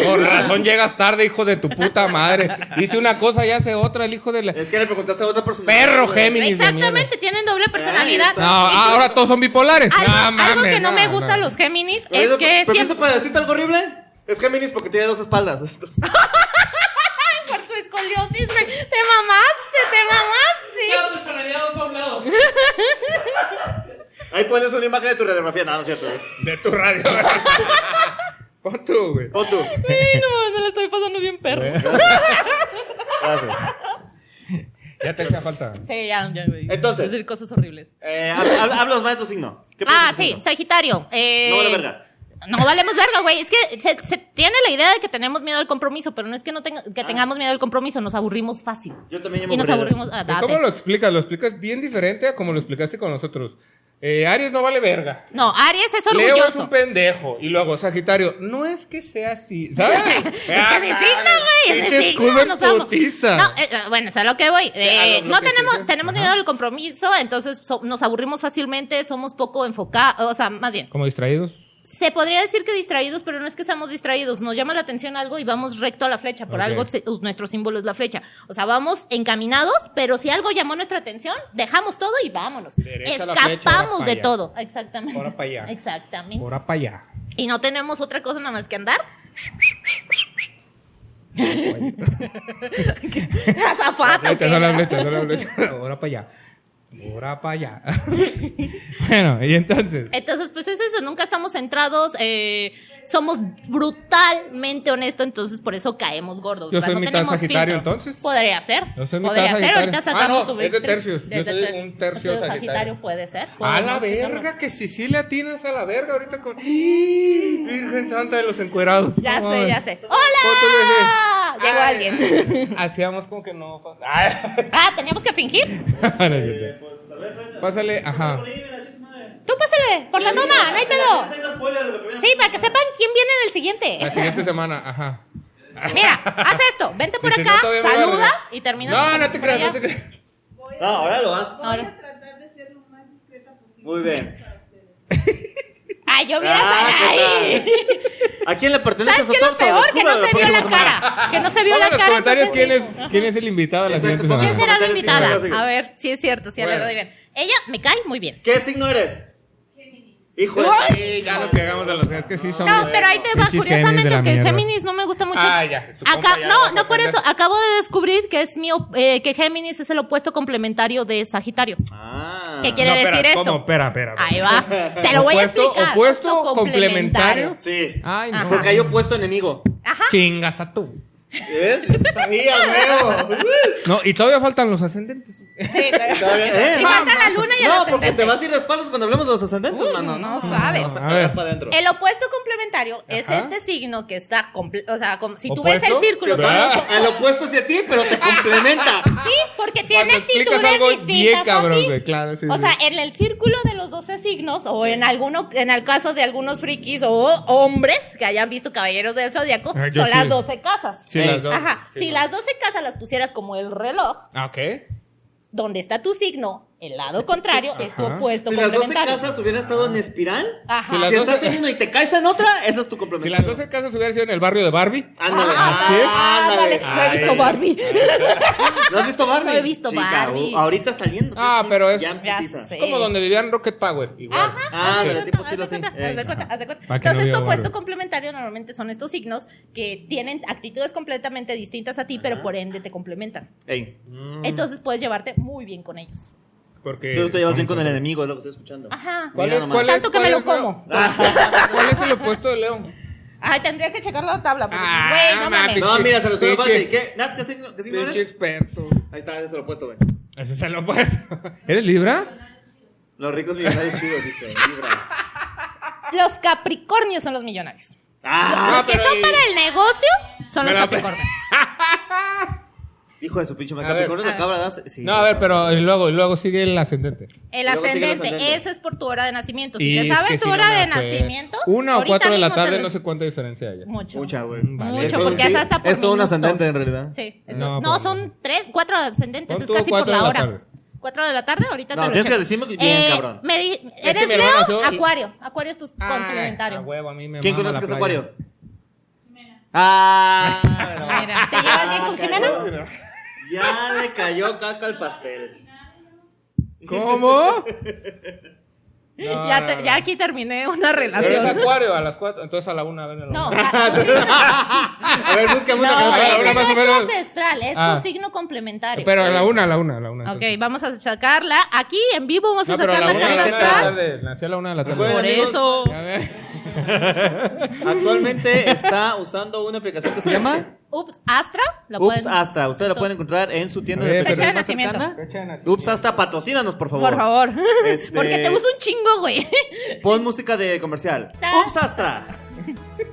S3: Por razón llegas tarde, hijo de tu puta madre. Dice una cosa y hace otra el hijo de la...
S2: Es que le preguntaste a otra persona.
S3: Perro Géminis de mierda.
S1: Exactamente, tienen doble personalidad.
S3: No, ahora todos son bipolares.
S1: Algo,
S3: Ah,
S1: algo
S3: mames,
S1: que no, me gusta
S3: no.
S1: los Géminis
S2: Pero
S1: es
S2: eso-
S1: que
S2: ¿Pero eso
S1: siempre
S2: para decirte algo horrible? Es Géminis porque tiene dos espaldas.
S1: por tu escoliosis, güey, te mamaste, te mamaste.
S4: Cada personalidad va para un lado.
S2: Ahí pones una imagen de tu radiografía. No, no es cierto. güey.
S3: De tu radio. Pon tú, güey.
S2: Pon tú.
S1: Ay, no, no la estoy pasando bien perro.
S2: Gracias.
S3: Ya te hacía falta.
S1: Sí, ya, ya, güey.
S2: Entonces.
S1: Decir cosas horribles.
S2: Eh, hab- hab- Háblanos más de tu signo. ¿Qué piensas
S1: Ah,
S2: de tu
S1: sí,
S2: signo?
S1: Sagitario. eh,
S2: No vale verga.
S1: No valemos verga, güey. Es que se, se tiene la idea de que tenemos miedo al compromiso, pero no es que no tenga- que
S2: Ah.
S1: tengamos miedo al compromiso, nos aburrimos fácil.
S2: Yo también ya me
S1: Y nos
S2: aburrí.
S1: aburrimos. ah,
S3: ¿Y ¿Cómo
S1: date.
S3: lo explicas? Lo explicas bien diferente a como lo explicaste con nosotros. Eh, Aries no vale verga.
S1: No, Aries es
S3: Leo es
S1: orgulloso.
S3: un pendejo. Y luego Sagitario, no es que sea así, ¿sabes?
S2: Ah,
S1: Ese signo, güey, ese
S3: Pinche
S1: signo,
S3: escudo en
S1: nos amo.
S3: putiza.
S1: No, eh, eh, bueno, es a lo que voy. Eh,
S3: lo- lo
S1: no
S3: que
S1: tenemos,
S3: sea.
S1: tenemos miedo al compromiso, entonces so- nos aburrimos fácilmente, somos poco enfocados, o sea, más bien,
S3: Como distraídos.
S1: se podría decir que distraídos, pero no es que seamos distraídos. Nos llama la atención algo y vamos recto a la flecha. Por
S3: Ok.
S1: algo se- us- nuestro símbolo es la flecha. O sea, vamos encaminados, pero si algo llamó nuestra atención, dejamos todo y vámonos.
S3: Derecha a la flecha, ahora
S1: Escapamos
S3: pa'
S1: de
S3: allá.
S1: todo. Exactamente.
S3: Ahora pa' allá.
S1: Exactamente.
S3: Ahora para allá.
S1: Y no tenemos otra cosa nada más que andar. Azafato,
S3: Flechas,
S1: ¿qué?
S3: son las flechas, son las flechas. Ahora para allá. Ahora para allá. bueno, y entonces.
S1: Entonces, pues es eso, nunca estamos centrados, eh, somos brutalmente honestos, entonces por eso caemos gordos.
S3: Yo
S1: o sea,
S3: soy
S1: no
S3: mitad
S1: tenemos
S3: sagitario,
S1: filtro.
S3: entonces.
S1: Podría ser.
S3: Yo soy mitad
S1: Podría ser,
S3: sagitario.
S1: ahorita sacamos
S3: Ah, no,
S1: tu
S3: es de
S1: Big
S3: tercios, yo
S1: Three.
S3: soy
S1: Desde ter-
S3: un tercio
S1: entonces,
S3: sagitario.
S1: puede ser.
S3: A
S1: podemos
S3: la
S1: sacarlo.
S3: verga, que si sí le atinas a la verga ahorita con. Virgen Santa de los encuerados.
S1: Ya
S3: No
S1: sé,
S3: mames.
S1: ya sé.
S3: Fotos de-
S1: ¡Hola! Llegó
S3: Ay,
S1: alguien.
S3: Hacíamos como que no. pa- Ay.
S1: Ah, teníamos que fingir.
S2: Pues a ver, Fred.
S3: Pásale, ajá.
S1: Tú pásale, por la toma, no hay pedo.
S2: tengas spoiler de lo que veas.
S1: Sí, para que sepan quién viene en el
S3: La
S1: siguiente.
S3: siguiente semana, ajá.
S1: Mira, haz esto, vente por
S3: Dice,
S1: acá,
S3: no, todavía me voy a
S1: saluda
S3: arreglar.
S1: y termina.
S3: No, no te
S1: por
S3: creas,
S1: allá.
S3: no te creas.
S5: Voy
S2: No, ahora lo haces.
S5: voy
S1: Ahora.
S5: a tratar de ser lo más discreta posible.
S2: Muy bien.
S5: para ustedes.
S1: Ay, yo hubiera
S2: Ah,
S1: ay.
S2: ¿qué tal? ¿A quién le pertenece
S1: ¿Sabes
S2: esa
S1: qué es lo
S2: autopsia?
S1: peor? Que no
S2: Descúbrelo
S1: se vio
S2: la
S1: la
S2: próxima semana.
S1: cara. Que no se vio
S3: Pongan
S1: la
S3: en los
S1: cara.
S3: comentarios
S1: entonces-
S3: quién es, quién es el invitado a la
S2: Exacto,
S3: siguiente
S2: pongan
S1: ¿Quién
S2: en
S3: semana.
S1: será la
S2: comentarios quién
S1: invitada?
S2: es la
S1: A ver, si es cierto, si
S3: Bueno.
S1: la doy bien. Ella me cae muy bien.
S2: ¿Qué signo eres?
S5: Géminis.
S2: Hijo de...
S3: Sí, ya nos cagamos de los es que sí son.
S1: No, pero ahí te va,
S3: Pinches Géminis de
S1: curiosamente,
S3: la
S1: que
S3: mierda.
S1: Géminis no me gusta mucho.
S3: Ah, ya, es tu compa,
S1: Acá,
S3: ya lo vas
S1: no,
S3: a
S1: no por
S3: ofender.
S1: eso. Acabo de descubrir que es mío, eh, que Géminis es el opuesto complementario de Sagitario.
S2: Ah.
S1: ¿Qué quiere
S3: No, espera,
S1: decir esto?
S3: ¿Cómo? Espera, espera. espera.
S1: Ahí va. Te lo voy a
S3: Opuesto-
S1: explicar.
S3: opuesto complementario.
S2: Sí.
S3: Ay, no.
S2: Porque hay opuesto enemigo.
S1: Ajá.
S3: Chingas a tú.
S2: ¿Ves? Sabía, huevo.
S3: No, y todavía faltan los ascendentes.
S1: Sí,
S2: ¿Está bien? ¿Eh?
S1: Y falta la luna y el
S2: No, porque
S1: ascendente.
S2: te vas y respaldas cuando hablemos de los ascendentes,
S1: Uh,
S2: mano.
S1: no
S2: no,
S1: sabes.
S2: vas a
S3: A
S2: cagar
S3: ver.
S2: para adentro.
S1: El opuesto complementario es
S3: Ajá.
S1: este signo que está, comple- o sea, como- si tú
S3: ¿Opuesto?
S1: ves el círculo, son
S3: ¿Verdad?
S1: los-
S2: Al opuesto hacia ti, pero te complementa.
S1: sí, porque tiene actitudes
S3: explicas algo
S1: distintas
S3: bien
S1: a
S3: cabrón,
S1: ti.
S3: güey, claro, sí,
S1: o
S3: sí.
S1: sea, en el círculo de los 12 signos o en alguno, en el caso de algunos frikis o hombres que hayan visto Caballeros del Zodiaco,
S3: Ah, yo
S1: son
S3: sí.
S1: las 12 casas. Eh,
S3: Sí,
S2: Ey,
S3: las dos.
S1: Ajá,
S3: Sí,
S1: si
S3: no.
S1: las 12 casas las pusieras como el reloj,
S3: Ah, ok.
S1: donde está tu signo, el lado contrario es tu
S3: Ajá.
S1: opuesto
S2: Si las 12
S1: complementario.
S2: casas hubieran estado en espiral,
S1: Ajá.
S3: Si las
S2: si estás
S3: 12
S2: en una y te caes en otra, esa es tu
S3: Si
S2: complemento.
S3: las 12 casas hubieran sido en el barrio de Barbie.
S1: Ah,
S2: Ándale.
S1: Ajá,
S3: Ah,
S1: Ah,
S3: ¿sí?
S1: ándale, no he
S2: Ay.
S1: visto Barbie.
S2: ¿No has visto Barbie?
S1: No he visto Barbie.
S2: uh, ahorita saliendo.
S3: Ah,
S2: pues,
S3: pero es-
S2: ya en
S1: Ya
S2: putiza.
S1: sé.
S3: Es como donde vivían Rocket Power. Igual.
S1: Ajá.
S2: Ah,
S1: haz de
S2: de
S1: cuenta, haz
S2: tipo
S1: de
S2: estilo así.
S1: cuenta, haz de
S2: Ey.
S1: cuenta, haz de cuenta.
S3: Para que no
S1: Entonces, tu
S3: vea
S1: opuesto
S3: barro.
S1: complementario normalmente son estos signos que tienen actitudes completamente distintas a ti, pero por ende te complementan.
S2: Ey.
S1: Entonces, puedes llevarte muy bien con ellos.
S3: Porque.
S2: Tú te llevas bien con el enemigo, es lo que estoy escuchando.
S1: Ajá.
S3: ¿Cuál
S2: Mira
S3: es,
S2: nomás.
S3: cuál es,
S1: Tanto que
S3: cuál
S1: me lo
S3: es,
S1: como.
S3: ¿Cuál es el opuesto de León?
S1: Ay, tendría que checar la tabla, porque,
S3: Ah,
S1: güey, no
S3: mami.
S1: mames.
S2: No, mira, se lo estoy
S3: Pinche-
S2: fácil. ¿Qué? Nat, ¿qué signo, qué signo
S3: Pinche
S2: eres?
S3: experto.
S2: Ahí está, ese es el opuesto, güey.
S3: Ese es el opuesto. ¿Eres Libra?
S2: Los ricos millonarios chidos, dice. Libra.
S1: Los Capricornios son los millonarios.
S2: Ah,
S1: los que
S3: pero
S1: son
S3: ahí-
S1: para el negocio son
S3: Me
S1: los
S3: la-
S1: Capricornios.
S2: hijo de su pinche madre.
S3: A ver.
S2: Capricornio te acaba de dar. sí.
S3: No, a ver, pero y luego, y luego sigue el ascendente.
S1: El
S2: luego sigue el
S1: ascendente,
S2: ascendente.
S1: ese es por tu hora de nacimiento. Si
S3: Y
S1: te
S3: es
S1: sabes
S3: que
S1: tu
S3: sí, no
S1: hora
S3: me
S1: de
S3: acuerdo.
S1: nacimiento,
S3: Una o
S1: ahorita
S3: cuatro de la
S1: mismo te
S3: tarde,
S1: lo-
S3: no sé cuánta diferencia haya.
S1: Mucho.
S2: Mucha, güey.
S3: Vale.
S1: Mucho,
S2: Es-
S1: porque
S2: sí,
S1: es hasta por
S2: Es todo un
S1: minutos.
S2: ascendente, en realidad.
S1: Sí. es
S3: No,
S1: lo- no,
S3: pues,
S1: son tres, cuatro ascendentes,
S3: Pon
S1: es
S3: tú
S1: casi
S3: cuatro
S1: por la
S3: de la
S1: hora.
S3: tarde.
S1: Cuatro de la tarde, ahorita
S2: No,
S1: te lo
S2: tienes
S1: checo. Eh,
S2: que decirme bien, cabrón.
S1: me di-
S3: que
S1: ¿Eres
S3: mi hermano
S1: Leo?
S3: nació-
S1: Acuario. Acuario es tu
S3: Ah,
S1: Ah, complementario.
S3: Ay, a huevo, a mí me
S2: ¿Quién
S3: mama la
S2: conoce que es
S3: playa.
S2: Acuario? Ah,
S1: Mira, ¿te llevas bien
S3: Ah,
S1: con
S2: cayó.
S1: Jimena?
S2: Ya le cayó caca al pastel.
S3: ¿Cómo? No,
S1: ya,
S3: no,
S1: te-
S3: no.
S1: ya aquí terminé una
S3: Pero eres
S1: relación.
S3: Acuario a las 4, entonces a la 1 ven el
S1: No, o
S3: hombre.
S1: sea, tú sí-
S2: A ver, búscame una
S1: no, eh.
S2: que no-
S1: ese
S3: ahora
S1: no
S3: más
S1: es
S3: o
S1: tu
S3: menos.
S1: ancestral, es
S3: Ah.
S1: tu signo complementario.
S3: Pero a la 1, a la 1, a la 1.
S1: Ok, vamos a sacarla. Aquí en vivo vamos a sacar la
S3: una de
S1: carta
S3: la
S1: astral.
S3: tarde. Nací a la 1 de la tarde.
S2: Bueno,
S1: Por
S2: amigos,
S1: eso.
S3: Ya ves.
S2: Actualmente está usando una aplicación que se llama
S1: Ups, Astra. la
S2: Ups
S1: pueden-
S2: Astra. Ustedes la pueden encontrar en su tienda
S3: A
S2: de
S3: ver,
S2: aplicación
S1: Fecha de
S2: más
S1: nacimiento.
S2: cercana. Ups Astra, patrocínanos, por favor.
S1: Por favor.
S2: Este-
S1: Porque te uso un chingo, güey.
S2: Pon música de comercial.
S1: Ta-
S2: Ups Astra.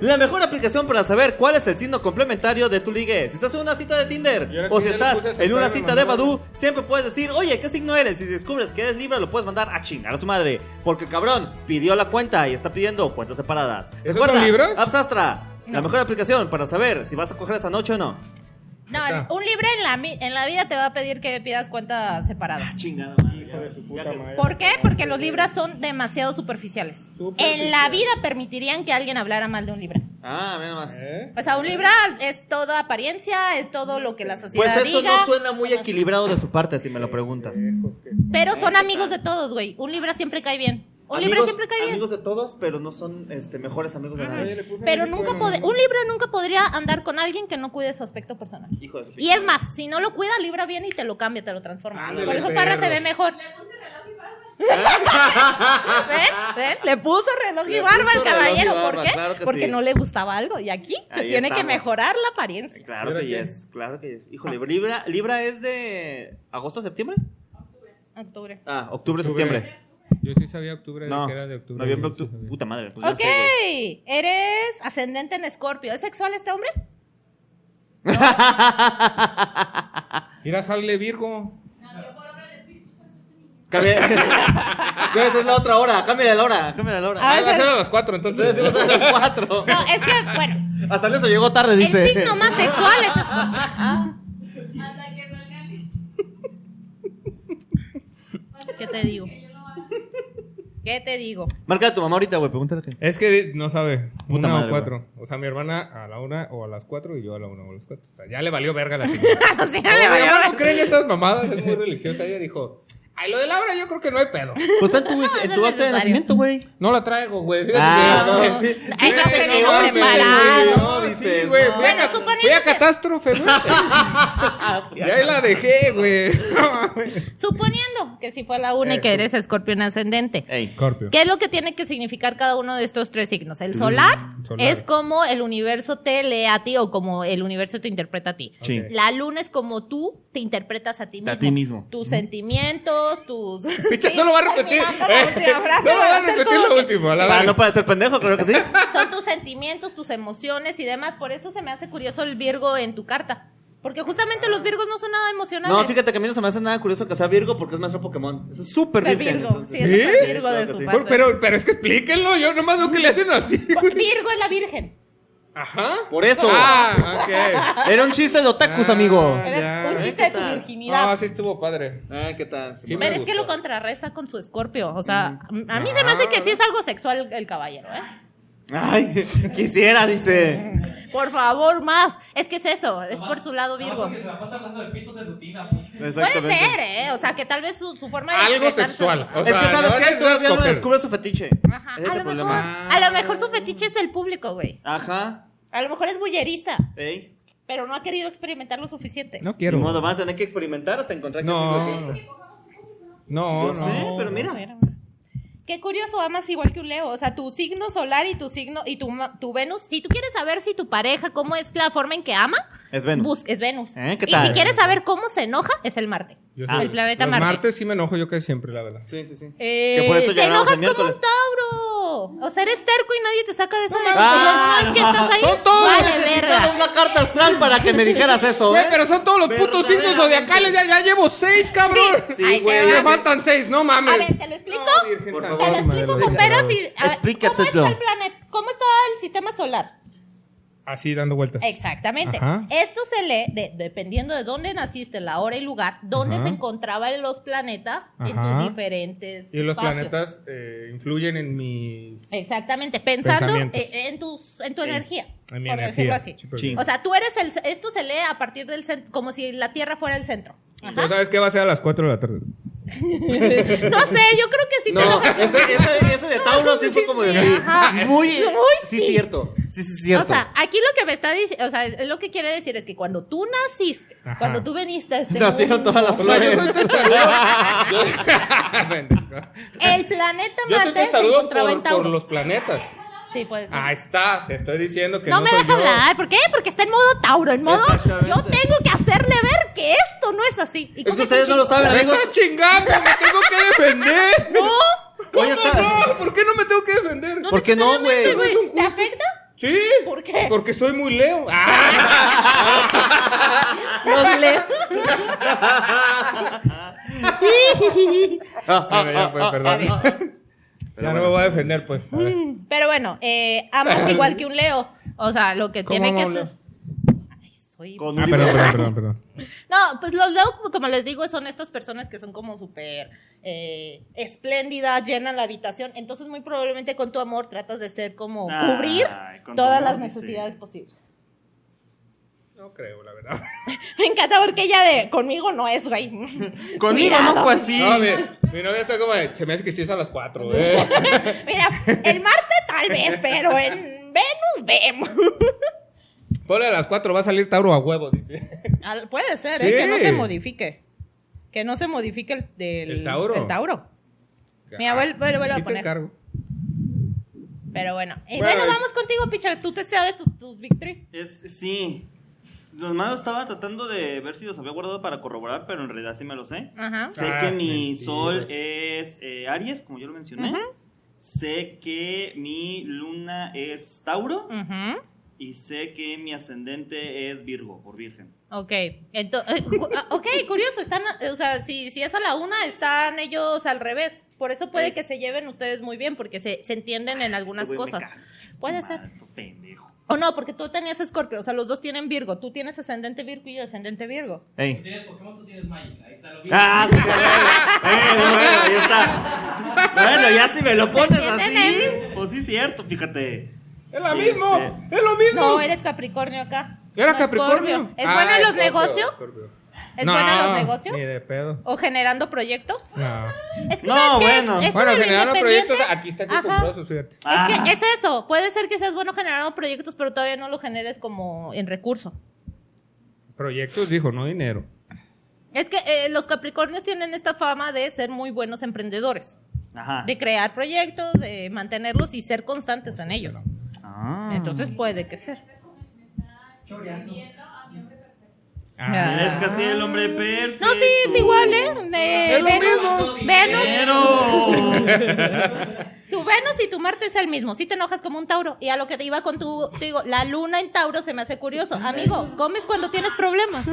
S2: La mejor aplicación para saber cuál es el signo complementario de tu ligue. Si estás en una cita de
S3: Y ahora
S2: Tinder
S3: que
S2: o si
S3: ya le
S2: estás
S3: puse aceptar,
S2: en una
S3: me
S2: cita de
S3: mandaron.
S2: Badu, siempre puedes decir, oye, ¿qué signo eres? Si descubres que eres Libra, lo puedes mandar a chingar a su madre. Porque el cabrón pidió la cuenta y está pidiendo cuentas separadas.
S3: son libros?
S2: Ups Astra. La mejor aplicación para saber si vas a coger esa noche o no.
S1: No,
S3: Ahí está.
S1: un libre en la, mi- en la vida te va a pedir que pidas cuentas separadas.
S2: Chingada,
S1: ¿Por qué? Porque los libras son demasiado superficiales. En la vida permitirían que alguien hablara mal de un libra.
S2: Ah, mira más.
S3: ¿Eh?
S1: O sea, un libra es toda apariencia, es todo lo que la
S2: Pues
S1: sociedad
S2: eso
S1: diga.
S2: no suena muy equilibrado de su parte, si me lo preguntas.
S1: Pero son amigos de todos, güey. Un libra siempre cae bien. Un libra
S2: Amigos-
S1: siempre cae bien.
S2: Amigos de todos, pero no son este, mejores amigos de nadie.
S1: Pero nunca pod- un libra nunca podría andar con alguien que no cuide su aspecto personal.
S2: Hijo de su
S1: Y es más, si no lo cuida, libra bien y te lo cambia, te lo transforma.
S3: Ándale,
S1: Por eso
S3: perro.
S1: Parra se ve mejor.
S5: Le puse reloj y barba.
S1: ¿Ven? ¿Ven? Le puso reloj y
S2: Le
S1: barba
S2: puso
S1: al
S2: reloj y
S1: caballero.
S2: barba,
S1: ¿Por qué?
S2: claro que
S1: Porque
S2: sí.
S1: no le gustaba algo. Y aquí se
S2: Ahí
S1: tiene que
S2: estamos.
S1: mejorar la apariencia.
S2: Claro
S3: ¿Libra
S2: que
S3: quién?
S2: yes, claro que yes. Híjole, Libra, Libra es de agosto, septiembre?
S1: Octubre.
S2: Ah, octubre, septiembre.
S3: Yo sí sabía octubre, de
S2: No,
S3: que era de octubre.
S2: noviembre,
S3: yo sí
S2: octubre.
S3: sabía.
S2: Puta madre, pues ya
S1: Ok,
S2: sé, güey.
S1: eres ascendente en escorpio. ¿Es sexual este hombre?
S3: Mira, sale Virgo.
S5: Nació por obra del Espíritu Santo este niño.
S2: Cambia- Güey, esa es la otra hora, cámbiale la hora, cámbiale la hora.
S1: Ah,
S3: Ah, va a
S1: ese
S3: ser
S1: es-
S3: a las 4,
S2: Entonces
S3: entonces.
S2: decimos a las cuatro.
S1: No, es que, bueno,
S2: Hasta en eso llegó tarde, dice.
S1: el signo más sexual es escorpio.
S5: Hasta que salgan.
S1: ¿Qué te digo?
S5: Que yo lo haga.
S1: ¿Qué te digo?
S2: Marca a tu mamá ahorita, güey, pregúntale que.
S3: Es que no sabe.
S2: Puta
S3: una
S2: madre,
S3: o cuatro. O sea, mi hermana a la una o a las cuatro y yo a la una o a las cuatro. O sea, ya le valió verga la señora.
S1: Así no
S3: Como
S1: le
S3: mi
S1: valió
S3: mamá
S1: ver-
S3: no cree en estas mamadas, es muy religiosa. Ella dijo, ay, lo de Laura yo creo que no hay pedo.
S2: Pues está en tu, en tu
S1: no es
S2: acta de
S1: necesario.
S2: nacimiento, güey.
S3: No la traigo, güey.
S2: Ah,
S3: Fíjate que-
S2: no.
S1: Ay, no
S3: Fíjate,
S1: te digo
S3: mames,
S1: preparado.
S3: güey,
S2: Dice, dices.
S3: güey,
S2: no.
S3: fui, a,
S1: Bueno,
S3: ca-
S1: suponiendo
S3: fui a
S1: que-
S3: catástrofe, güey. Y ahí la dejé, güey.
S1: Suponiendo que si fue la una y que
S3: Eh,
S1: eres escorpión ascendente.
S2: Ey.
S3: Scorpio.
S1: ¿Qué es lo que tiene que significar cada uno de estos tres signos? El solar,
S3: Mm, solar.
S1: es como el universo te lee a ti o como el universo te interpreta a ti.
S2: Sí.
S3: Ok.
S1: La luna es como tú te interpretas a ti mismo.
S2: A ti mismo.
S1: Tus sentimientos, tus...
S3: Picha, no lo va a repetir.
S1: Terminando la última frase,
S3: no lo va a
S1: hacer
S3: repetir
S1: como
S3: lo
S1: que
S3: último. a La
S2: Para
S3: verga.
S2: no parecer pendejo, creo que sí.
S1: Son tus sentimientos, tus emociones y demás. Por eso se me hace curioso el Virgo en tu carta. Porque justamente los Virgos no son nada emocionales.
S2: No, fíjate que a mí no se me hace nada curioso que sea Virgo porque es maestro Pokémon. Eso es súper
S1: Súper
S2: virgen.
S1: Virgo,
S2: entonces.
S1: sí, es súper
S2: Sí,
S1: Virgo
S2: claro
S1: de
S2: que
S1: su
S2: sí.
S1: parte.
S3: Por- pero, pero es que explíquenlo. Yo nomás veo que le hacen así.
S1: Virgo es la Virgen.
S3: Ajá.
S2: Por eso.
S3: Ah, ok.
S2: Era un chiste de otakus, amigo.
S3: Ah, ya.
S1: un chiste
S2: ¿Qué
S1: de tu
S2: tal?
S1: virginidad.
S3: Ah, sí estuvo padre.
S2: Ah, ¿qué tal?
S3: Sí, Mm.
S1: Pero es
S3: gustó.
S1: que lo contrarresta con su escorpio. O sea, a mí se me hace que sí es algo sexual el caballero, ¿eh?
S2: Ay, quisiera, dice.
S1: Por favor, más. Es que es eso, es por su lado
S2: Ah,
S1: Virgo.
S4: Porque se va a pasar hablando de pitos en rutina. pues.
S1: Puede
S2: Exactamente.
S1: ser, ¿eh? O sea, que tal vez su, su forma de
S3: Algo
S1: expresarse-
S3: sexual. o
S2: Es que,
S3: sea,
S2: ¿sabes
S3: no
S2: qué?
S3: necesitas
S2: Todavía no
S3: coger.
S2: descubre su fetiche.
S1: Ajá.
S2: Ese es
S1: A,
S2: el
S1: lo mejor,
S2: problema.
S1: a lo mejor su fetiche es el público, güey.
S2: Ajá.
S1: A lo mejor es bullerista,
S2: Ey.
S1: pero no ha querido experimentar lo suficiente.
S3: No
S2: Ni
S3: quiero.
S2: modo, van a tener que experimentar hasta encontrar que
S3: No.
S2: sí lo que gusta.
S3: No,
S2: Yo sé,
S3: no.
S2: pero mira.
S1: Mira, mira. Qué curioso, amas igual que un Leo. O sea, tu signo solar y tu signo y tu, ma- tu Venus. Si tú quieres saber si tu pareja, cómo es la forma en que ama,
S2: Es Venus.
S1: Bus- es Venus.
S2: ¿Eh? ¿Qué
S1: y
S2: tal?
S1: si quieres saber cómo se enoja, es el Marte.
S3: Yo
S2: Ah,
S3: sé.
S1: el planeta
S3: Los
S1: Marte.
S3: martes sí me enojo yo que siempre, la verdad.
S2: Sí, sí, sí.
S1: Eh,
S2: que por eso
S1: te
S2: llegamos
S1: enojas
S2: el
S1: como un
S2: miércoles.
S1: Tauro. O sea, eres terco y nadie te saca de esa no,
S2: Ah,
S1: no, es que estás ahí.
S3: Son todos
S1: Vale,
S2: Necesitaba
S1: verga.
S2: una carta astral para que me dijeras eso,
S3: Güey,
S2: ¿eh?
S3: pero son todos los
S2: Verdadera-
S3: putos signos zodiacales. Ya, ya llevo seis, cabrón.
S2: Sí,
S1: Ahí te
S2: güey.
S1: va.
S3: Me faltan seis, no mames.
S1: A ver, ¿te lo explico?
S3: No, Virgen
S2: Por
S3: Santa.
S1: te lo
S2: favor,
S3: Madre
S1: explico
S3: mía.
S1: con peras y... a ver, ¿Cómo
S2: Explícatelo.
S1: está el planeta? ¿Cómo está el sistema solar?
S3: Así dando vueltas.
S1: Exactamente.
S3: Ajá.
S1: Esto se lee, de- dependiendo de dónde naciste, la hora y lugar, dónde
S3: Ajá.
S1: se encontraban los planetas en
S3: Ajá.
S1: tus diferentes
S3: Y los
S1: espacios.
S3: planetas eh, influyen en mi,
S1: Exactamente, pensando
S3: Pensamientos.
S1: eh, en, tus, en tu energía,
S3: en mi
S1: por decirlo
S3: energía.
S1: así.
S3: Sí, pues. pero-
S2: Sí.
S1: O sea, tú eres el... Esto se lee a partir del centro, como si la Tierra fuera el centro. Ajá.
S3: Pero ¿sabes qué va a ser a las 4 de la tarde?
S1: No sé, yo creo que sí te
S2: No,
S1: lo-
S2: ese, ese, ese de Tauro sí fue como decir.
S1: Ajá.
S2: Muy.
S1: Muy
S2: sí,
S1: sí.
S2: cierto. Sí, sí, cierto.
S1: O sea, aquí lo que me está diciendo, o sea, es- lo que quiere decir es que cuando tú naciste,
S3: Ajá.
S1: cuando tú veniste a este
S2: Nacieron
S1: mundo,
S2: todas las
S3: O sea, yo soy
S2: flores.
S3: testarudo. Pendejo.
S1: el planeta
S3: yo soy
S1: Marte se
S3: testarudo
S1: encontraba en
S3: por,
S1: Tauro.
S3: por los planetas.
S1: Sí, puede ser.
S3: Ahí está, te estoy diciendo que no,
S1: no, me
S3: soy
S1: deja
S3: yo.
S1: hablar, ¿por qué? Porque está en modo Tauro, en modo
S2: Exactamente.
S1: yo tengo que hacerle ver que esto no es así. Y
S2: Es que
S1: comes
S2: ustedes
S1: un
S2: no lo
S1: chingo.
S2: saben,
S3: Me
S2: amigos.
S3: estás chingando, me tengo que defender.
S1: No,
S2: Hoy está.
S3: No, ¿por qué no me tengo que defender?
S1: no
S2: ¿Por qué no,
S1: necesariamente,
S2: güey?
S1: güey. ¿Te afecta?
S3: Sí.
S1: ¿Por qué?
S3: Porque soy muy Leo. Ah,
S1: Los leo.
S3: Bueno, ya, pues, perdón.
S1: Está
S3: ya no me voy a defender, pues. A ver.
S1: Pero bueno, eh, amas igual que un Leo. O sea, lo que
S3: ¿Cómo
S1: tiene que
S3: amo
S1: ser.
S3: Leo?
S1: Ay, soy-
S2: Con
S3: Ah,
S2: un
S3: perdón,
S2: libro.
S3: perdón, perdón, perdón.
S1: No, pues los Leo, como les digo, son estas personas que son como súper eh, espléndidas, llenan la habitación. Entonces, muy probablemente con tu amor tratas de ser como
S2: Ay,
S1: cubrir
S2: con tu
S1: todas
S2: amor,
S1: las
S2: dice.
S1: necesidades posibles.
S3: No creo, la verdad.
S1: Me encanta porque ella de conmigo no es, güey.
S2: Conmigo no fue así.
S3: No, mi, mi novia está como de, se me hace que sí es a las 4. Eh.
S1: Mira, el Marte tal vez, pero en Venus vemos.
S3: Ponle a las 4, va a salir Tauro a huevo, dice.
S1: Al- Puede ser,
S3: Sí.
S1: ¿eh? Que no se modifique. Que no se modifique el, del-
S3: El Tauro. Ah.
S1: el Tauro. Mi abuelo- abuelo- abuelo
S3: Sí
S1: a
S3: te
S1: poner.
S3: encargo.
S1: Pero bueno. Y
S3: Bueno,
S2: eh.
S1: bueno,
S3: y-
S1: vamos contigo, Picha. Tú te sabes tus tus victory.
S2: Es, sí. Los malos estaba tratando de ver si los había guardado para corroborar, pero en realidad sí me lo sé.
S1: Ajá.
S2: Sé
S3: Ah,
S2: que mi
S3: mentiras.
S2: sol es eh, Aries, como yo lo mencioné. Sé que mi luna es Tauro.
S1: Ujú.
S2: Y sé que mi ascendente es Virgo, por Virgen.
S1: Ok, entonces, ok, curioso, están, eh, o sea, si, si es a la una, están ellos al revés. Por eso puede que se lleven ustedes muy bien, porque se, se entienden en algunas
S2: Este güey me
S1: cosas.
S2: caga, este
S1: Puede
S2: chico
S1: ser.
S2: maldito pendejo.
S1: O no, porque tú tenías escorpio, o sea, los dos tienen Virgo. Tú tienes ascendente Virgo y yo ascendente Virgo.
S4: Tú tienes Pokémon, tú tienes Magic. Ahí está lo mismo.
S2: Ah, sí, bueno, bueno, bueno, ya está. Bueno, ya si me lo pones así,
S1: entienden,
S2: pues sí, cierto, fíjate.
S3: Es lo
S2: Este-
S3: mismo, es lo mismo.
S1: No, eres Capricornio acá.
S3: Era
S1: No,
S3: Capricornio.
S1: Scorpio. ¿Es
S3: Ah,
S1: bueno en los
S3: Scorpio,
S1: negocios?
S3: Scorpio.
S1: ¿Es
S3: No,
S1: bueno en los negocios?
S3: Ni de pedo.
S1: ¿O generando proyectos?
S3: No.
S1: Es que,
S2: No,
S1: ¿sabes qué? Es-
S2: bueno.
S1: esto
S3: Bueno,
S1: del
S3: generando
S1: independiente-
S3: proyectos, aquí está
S1: Ajá.
S3: aquí comproso, fíjate.
S1: Es
S2: Ah.
S1: que es eso, puede ser que seas bueno generando proyectos, pero todavía no lo generes como en recurso.
S3: Proyectos, dijo, no dinero.
S1: Es que eh, los Capricornios tienen esta fama de ser muy buenos emprendedores,
S2: Ajá.
S1: de crear proyectos, de mantenerlos y ser constantes en ellos.
S2: Ah.
S1: Entonces puede que ser.
S4: Choreando.
S2: Es casi el
S1: ah,
S2: hombre perfecto.
S1: No, sí, es igual, ¿eh? De-
S3: Es lo
S1: Venus,
S4: mismo.
S1: Venus,
S2: Pero.
S1: tu Venus y tu Marte es el mismo. Si te enojas como un Tauro. Y a lo que te iba con tu, te digo, la luna en Tauro se me hace curioso. Amigo, comes cuando tienes problemas.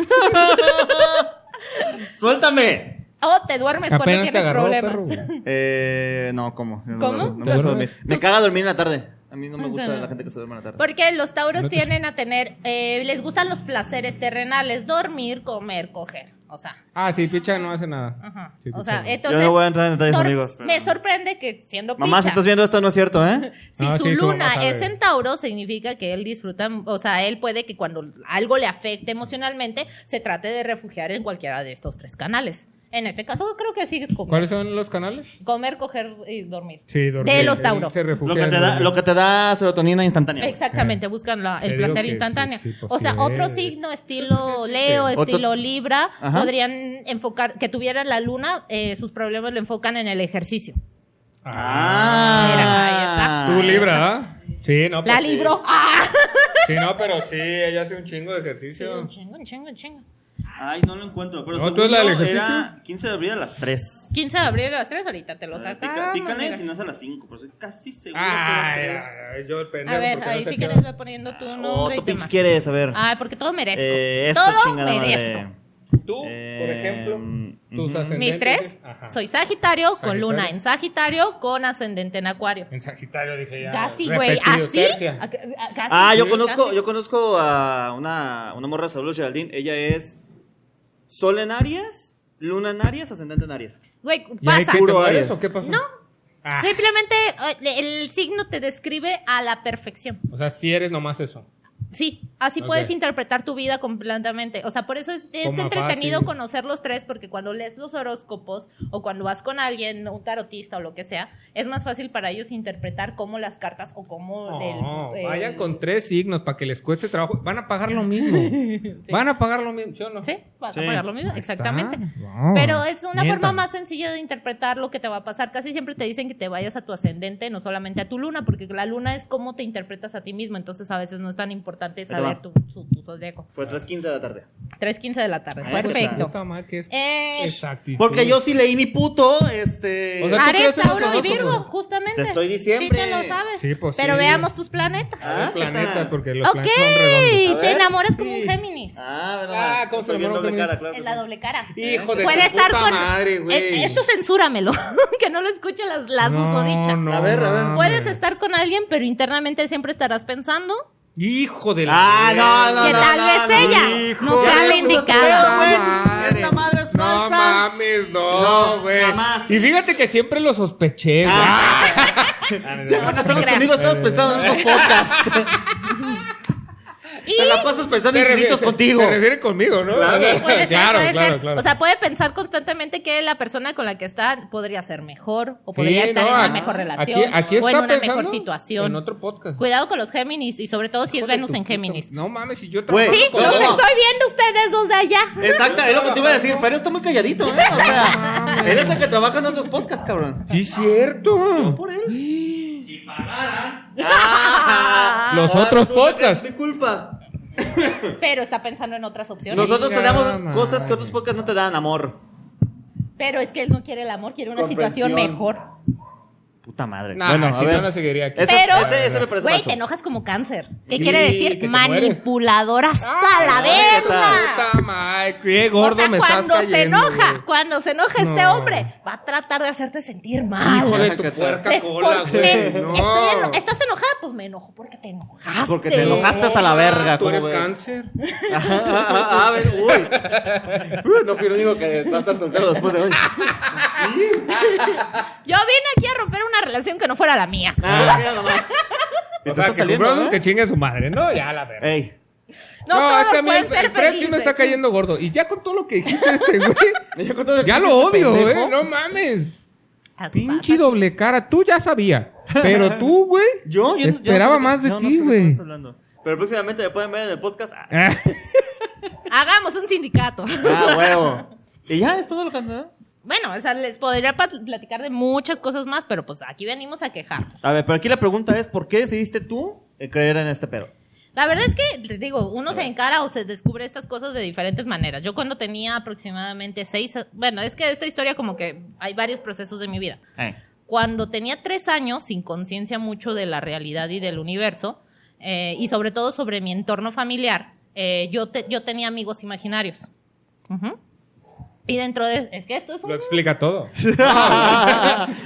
S2: ¡Suéltame!
S1: O te duermes cuando
S3: Apenas te
S1: tienes
S3: agarró,
S1: problemas.
S3: perro.
S2: Eh, no, ¿cómo? Yo no
S1: ¿Cómo? Pues
S2: duermo, no me
S3: ¿Te
S2: gusta
S3: duermes?
S2: dormir. Me caga dormir en la tarde. A mí no me
S1: En
S2: gusta
S1: serio.
S2: la gente que se duerme en la tarde.
S1: Porque los tauros
S3: No te-
S1: tienen a tener, eh, les gustan los placeres terrenales, dormir, comer, coger. O sea,
S3: Ah, sí, picha no hace nada.
S1: ajá.
S3: Sí,
S1: o
S3: picha,
S1: sea,
S3: no.
S1: entonces.
S2: Yo no voy a entrar en detalles,
S1: tor-
S2: amigos, pero-
S1: Me sorprende que siendo
S2: Mamá, si
S1: picha,
S2: estás viendo esto, no es cierto, ¿eh?
S1: si
S3: Ah,
S1: su
S3: sí, su mamá
S1: luna
S3: sabe.
S1: es en Tauro, significa que él disfruta, o sea, él puede que cuando algo le afecte emocionalmente, se trate de refugiar en cualquiera de estos tres canales. En este caso, creo que sí, comer,
S3: ¿Cuáles son los canales?
S1: comer coger y dormir.
S3: Sí,
S1: De los Tauro.
S3: Se refugia
S2: Lo que,
S3: en
S2: te da,
S3: el-
S2: lo que te da serotonina instantánea.
S1: Exactamente, buscan la-
S3: Te
S1: el
S3: digo
S1: placer
S3: que
S1: instantáneo.
S3: sí, sí, pues
S1: o sea,
S3: sí,
S1: otro
S3: eh.
S1: signo estilo
S3: sí, sí.
S1: Leo,
S2: Otro-
S1: estilo Libra,
S2: Ajá.
S1: podrían enfocar, que tuvieran la luna, eh, sus problemas lo enfocan en el ejercicio.
S2: Ah.
S1: Mira, ahí
S3: Tú libra, ¿ah? Sí, no. pues
S1: la
S3: sí.
S1: libro. ¡Ah!
S3: Sí, no, pero sí, ella hace un chingo de ejercicio.
S1: Un chingo, un chingo, un chingo.
S2: Ay, no lo encuentro. Pero
S3: No,
S2: según
S3: tú es la del
S2: yo, Era
S3: ejercicio.
S2: 15 de abril a las 3.
S1: 15 de abril a las 3, ahorita te lo
S2: Ah, Pica-
S1: sacamos.
S2: Pícale
S1: mira.
S2: si no es a las 5, pero soy casi seguro que era
S3: Ay, ay,
S2: a las 3.
S3: ay, yo el pendejo.
S1: A ver,
S3: ¿por qué no
S1: ahí
S3: sé
S1: si
S3: qué
S1: quieres
S3: hora?
S1: va poniendo tu
S2: Oh,
S1: nombre y
S2: ¿tú pinche
S1: demás.
S2: quieres? A ver.
S1: Ay, porque todo merezco.
S2: Eh, eso,
S1: Ah, todo
S2: chingada madre.
S1: merezco.
S3: Tú, por
S2: Eh,
S3: ejemplo,
S2: mm,
S3: tus
S2: ujú.
S1: Mis
S3: ascendentes-
S1: tres,
S3: Ajá.
S1: soy Sagitario, con
S3: Sagitario.
S1: luna en Sagitario, con ascendente en Acuario.
S3: En Sagitario dije ya.
S1: Casi, güey,
S3: repetido,
S1: así.
S3: tercia.
S1: a- a- casi,
S2: Ah, yo
S1: casi.
S2: conozco, yo conozco a una, una morra de Saúl Geraldine. Ella es Sol en Aries, Luna en Aries, Ascendente en Aries.
S1: Güey,
S3: ¿Y ahí
S1: pasa.
S3: qué, te
S2: Puro
S3: mueres
S2: Aries.
S3: o qué pasó?
S1: No.
S3: Ah,
S1: Simplemente eh, el signo te describe a la perfección.
S3: O sea, si eres nomás eso.
S1: Sí, así
S3: Ok.
S1: puedes interpretar tu vida completamente. O sea, por eso es, es
S3: Como
S1: entretenido
S3: fácil.
S1: conocer los tres, porque cuando lees los horóscopos o cuando vas con alguien, un tarotista o lo que sea, es más fácil para ellos interpretar cómo las cartas o cómo...
S3: No,
S1: el- el-
S3: Oh, vayan con tres signos para que les cueste trabajo. Van a pagar lo mismo. Van a pagar lo mismo, ¿sí o no?
S1: Sí, vas
S2: Sí.
S1: a pagar lo mismo,
S3: Ahí está. Oh,
S1: exactamente.
S3: Vamos.
S1: Pero es una
S3: Mientan.
S1: forma más sencilla de interpretar lo que te va a pasar. Casi siempre te dicen que te vayas a tu ascendente, no solamente a tu luna, porque la luna es cómo te interpretas a ti mismo. Entonces a veces no es tan importante
S2: te
S1: saber
S2: va.
S1: tu, su, tu zodiaco.
S2: Pues
S3: Ah.
S2: 3.15 de la tarde.
S1: 3.15 de la tarde.
S2: Ah,
S1: Perfecto.
S3: Puta madre, que es
S1: Eh,
S3: exactitud.
S2: Porque yo sí leí mi puto, este...
S3: O sea, ¿tú
S1: Aries,
S3: crees en los
S1: Tauro y
S3: horóscopos?
S1: Virgo, justamente.
S2: Te estoy diciendo.
S1: Sí te lo sabes.
S3: Sí, pues
S1: Pero
S3: sí.
S1: veamos tus planetas.
S2: Ah, ¿qué
S3: planetas,
S2: tal?
S3: porque los
S1: ok,
S3: planetas son redondos.
S2: A
S1: te
S2: ver.
S1: enamoras como un
S2: Sí.
S1: Géminis.
S2: Ah, bueno,
S3: Ah,
S2: más.
S3: ¿cómo se
S2: Estoy
S3: llama
S2: bien
S3: el
S2: doble
S3: hombre?
S2: cara, claro que
S1: es la
S2: sí.
S1: doble cara.
S3: Hijo de
S1: Puede
S3: tu
S1: estar
S3: puta
S1: con.
S3: madre, güey.
S1: Eh, Esto censúramelo. que no lo escuche las, las susodichas.
S2: A ver, a ver.
S3: mames.
S1: Puedes estar con alguien, pero internamente siempre estarás pensando
S3: Hijo de la.
S2: Ah, no, no,
S1: que
S2: no,
S1: tal
S2: no,
S1: vez
S2: no,
S1: ella
S3: hijo
S1: no
S3: de
S1: sea la
S2: la puta
S1: indicada.
S2: madre. güey. Esta madre es
S3: No
S2: falsa.
S3: mames, no,
S2: No,
S3: güey.
S2: jamás. Ah,
S3: y fíjate que siempre lo sospeché, güey. Ah,
S2: Siempre cuando estamos
S1: creas.
S2: conmigo estamos pensando en estos podcasts.
S1: Y
S2: Te la pasas pensando en
S3: Te
S2: chinitos
S3: refieres-
S2: contigo.
S3: Se refiere conmigo, ¿no?
S2: Claro.
S1: Sí, puede ser,
S3: claro,
S1: puede
S3: claro,
S1: ser.
S3: claro.
S1: O sea, puede pensar constantemente que la persona con la que está podría ser mejor o
S3: Sí,
S1: podría estar
S3: no,
S1: en una
S3: aquí-
S1: mejor
S3: aquí-
S1: relación
S3: aquí
S1: o en
S3: está
S1: una mejor
S3: pensando
S1: situación.
S3: En otro podcast.
S1: Cuidado con los Géminis y sobre todo si es
S3: Hijo de
S1: Venus
S3: tu
S1: en
S3: puta-
S1: Géminis.
S3: No mames, si yo
S2: Güey,
S3: trabajo
S1: Sí,
S3: con
S2: no,
S1: los
S2: no, no.
S1: estoy viendo ustedes dos de allá.
S2: Exacto, es lo que te iba a decir. Fer está muy calladito, ¿eh? O sea, eres el que trabaja en otros podcasts, cabrón.
S3: Sí, cierto.
S2: Por él.
S4: Si pagaran,
S3: Los
S2: Ahora resulta
S3: otros
S2: que
S3: podcasts.
S2: Es mi culpa.
S1: Pero está pensando en otras opciones.
S2: Nosotros
S3: Chinga
S2: tenemos
S3: madre.
S2: cosas que otros podcasts no te dan amor.
S1: Pero es que él no quiere el amor, quiere una
S2: Comprensión.
S1: situación mejor.
S2: Puta madre.
S3: Nah,
S2: bueno, a
S3: si no,
S2: ver.
S3: no seguiría aquí.
S2: Ese-
S1: Pero-
S2: ese, ese me parece
S1: Güey,
S2: macho.
S1: te enojas como cáncer. ¿Qué
S3: Y
S1: quiere
S3: que te
S1: decir? Manipulador hasta
S3: Ah,
S1: la
S2: ¿qué
S1: verga.
S3: Puta madre, qué gordo
S1: o sea,
S3: me estás
S1: cuando se
S3: cayendo,
S1: enoja,
S3: güey.
S1: cuando se enoja este
S3: No.
S1: hombre, va a tratar de hacerte sentir mal.
S3: Hijo de tu
S2: Te-
S3: puerca
S1: Te-
S3: cola,
S1: por-
S3: güey.
S1: me-
S3: No.
S1: estoy eno- ¿Estás enojada? Pues me enojo porque te enojaste.
S2: Porque te enojaste. Gastas a la
S3: No,
S2: verga,
S3: Tú
S2: ¿cómo
S3: eres
S2: ves?
S3: cáncer.
S2: Ajá, ah, ah, a ver, uy. Uy, No fui el único que va a estar soltero después de hoy.
S1: Yo vine aquí a romper una relación que no fuera la mía.
S2: Ah, mira nomás.
S3: O sea, que
S2: saliendo,
S3: saliendo,
S2: ¿eh?
S3: que chingue a su madre, ¿no? Ya la verga.
S2: Ey,
S1: No,
S3: es que
S1: todos
S3: a mí
S1: pueden
S3: el,
S1: ser
S3: el Fred sí me
S1: felices.
S3: está cayendo gordo. Y ya con todo lo que dijiste este güey,
S2: Ya con todo
S3: ya
S2: que
S3: lo
S2: este
S3: odio,
S2: pendejo-
S3: eh. No mames.
S1: Así
S3: Pinche
S1: pasa.
S3: doble cara. Tú ya sabía. Pero tú, güey.
S2: Yo, yo- yo no
S3: Esperaba
S2: sé
S3: más de
S2: no, no
S3: ti,
S2: sé qué
S3: güey.
S2: estás hablando. Pero próximamente me pueden ver en el podcast. Ah,
S3: Ah,
S1: Hagamos un sindicato.
S2: ah, huevo. Y ya es todo lo que ¿eh? anda.
S1: Bueno, o sea, les podría pat- platicar de muchas cosas más, pero pues aquí venimos a quejarnos.
S2: A ver, pero aquí la pregunta es: ¿por qué decidiste tú eh, creer en este pedo?
S1: La verdad es que, te digo, uno se encara o se descubre estas cosas de diferentes maneras. Yo cuando tenía aproximadamente seis, bueno, es que esta historia como que hay varios procesos de mi vida.
S2: Eh.
S1: Cuando tenía tres años, sin conciencia mucho de la realidad y del universo, eh, y sobre todo sobre mi entorno familiar, eh, yo, te- yo tenía amigos imaginarios. Ujú. Y dentro de... Es que esto es un...
S3: lo explica todo.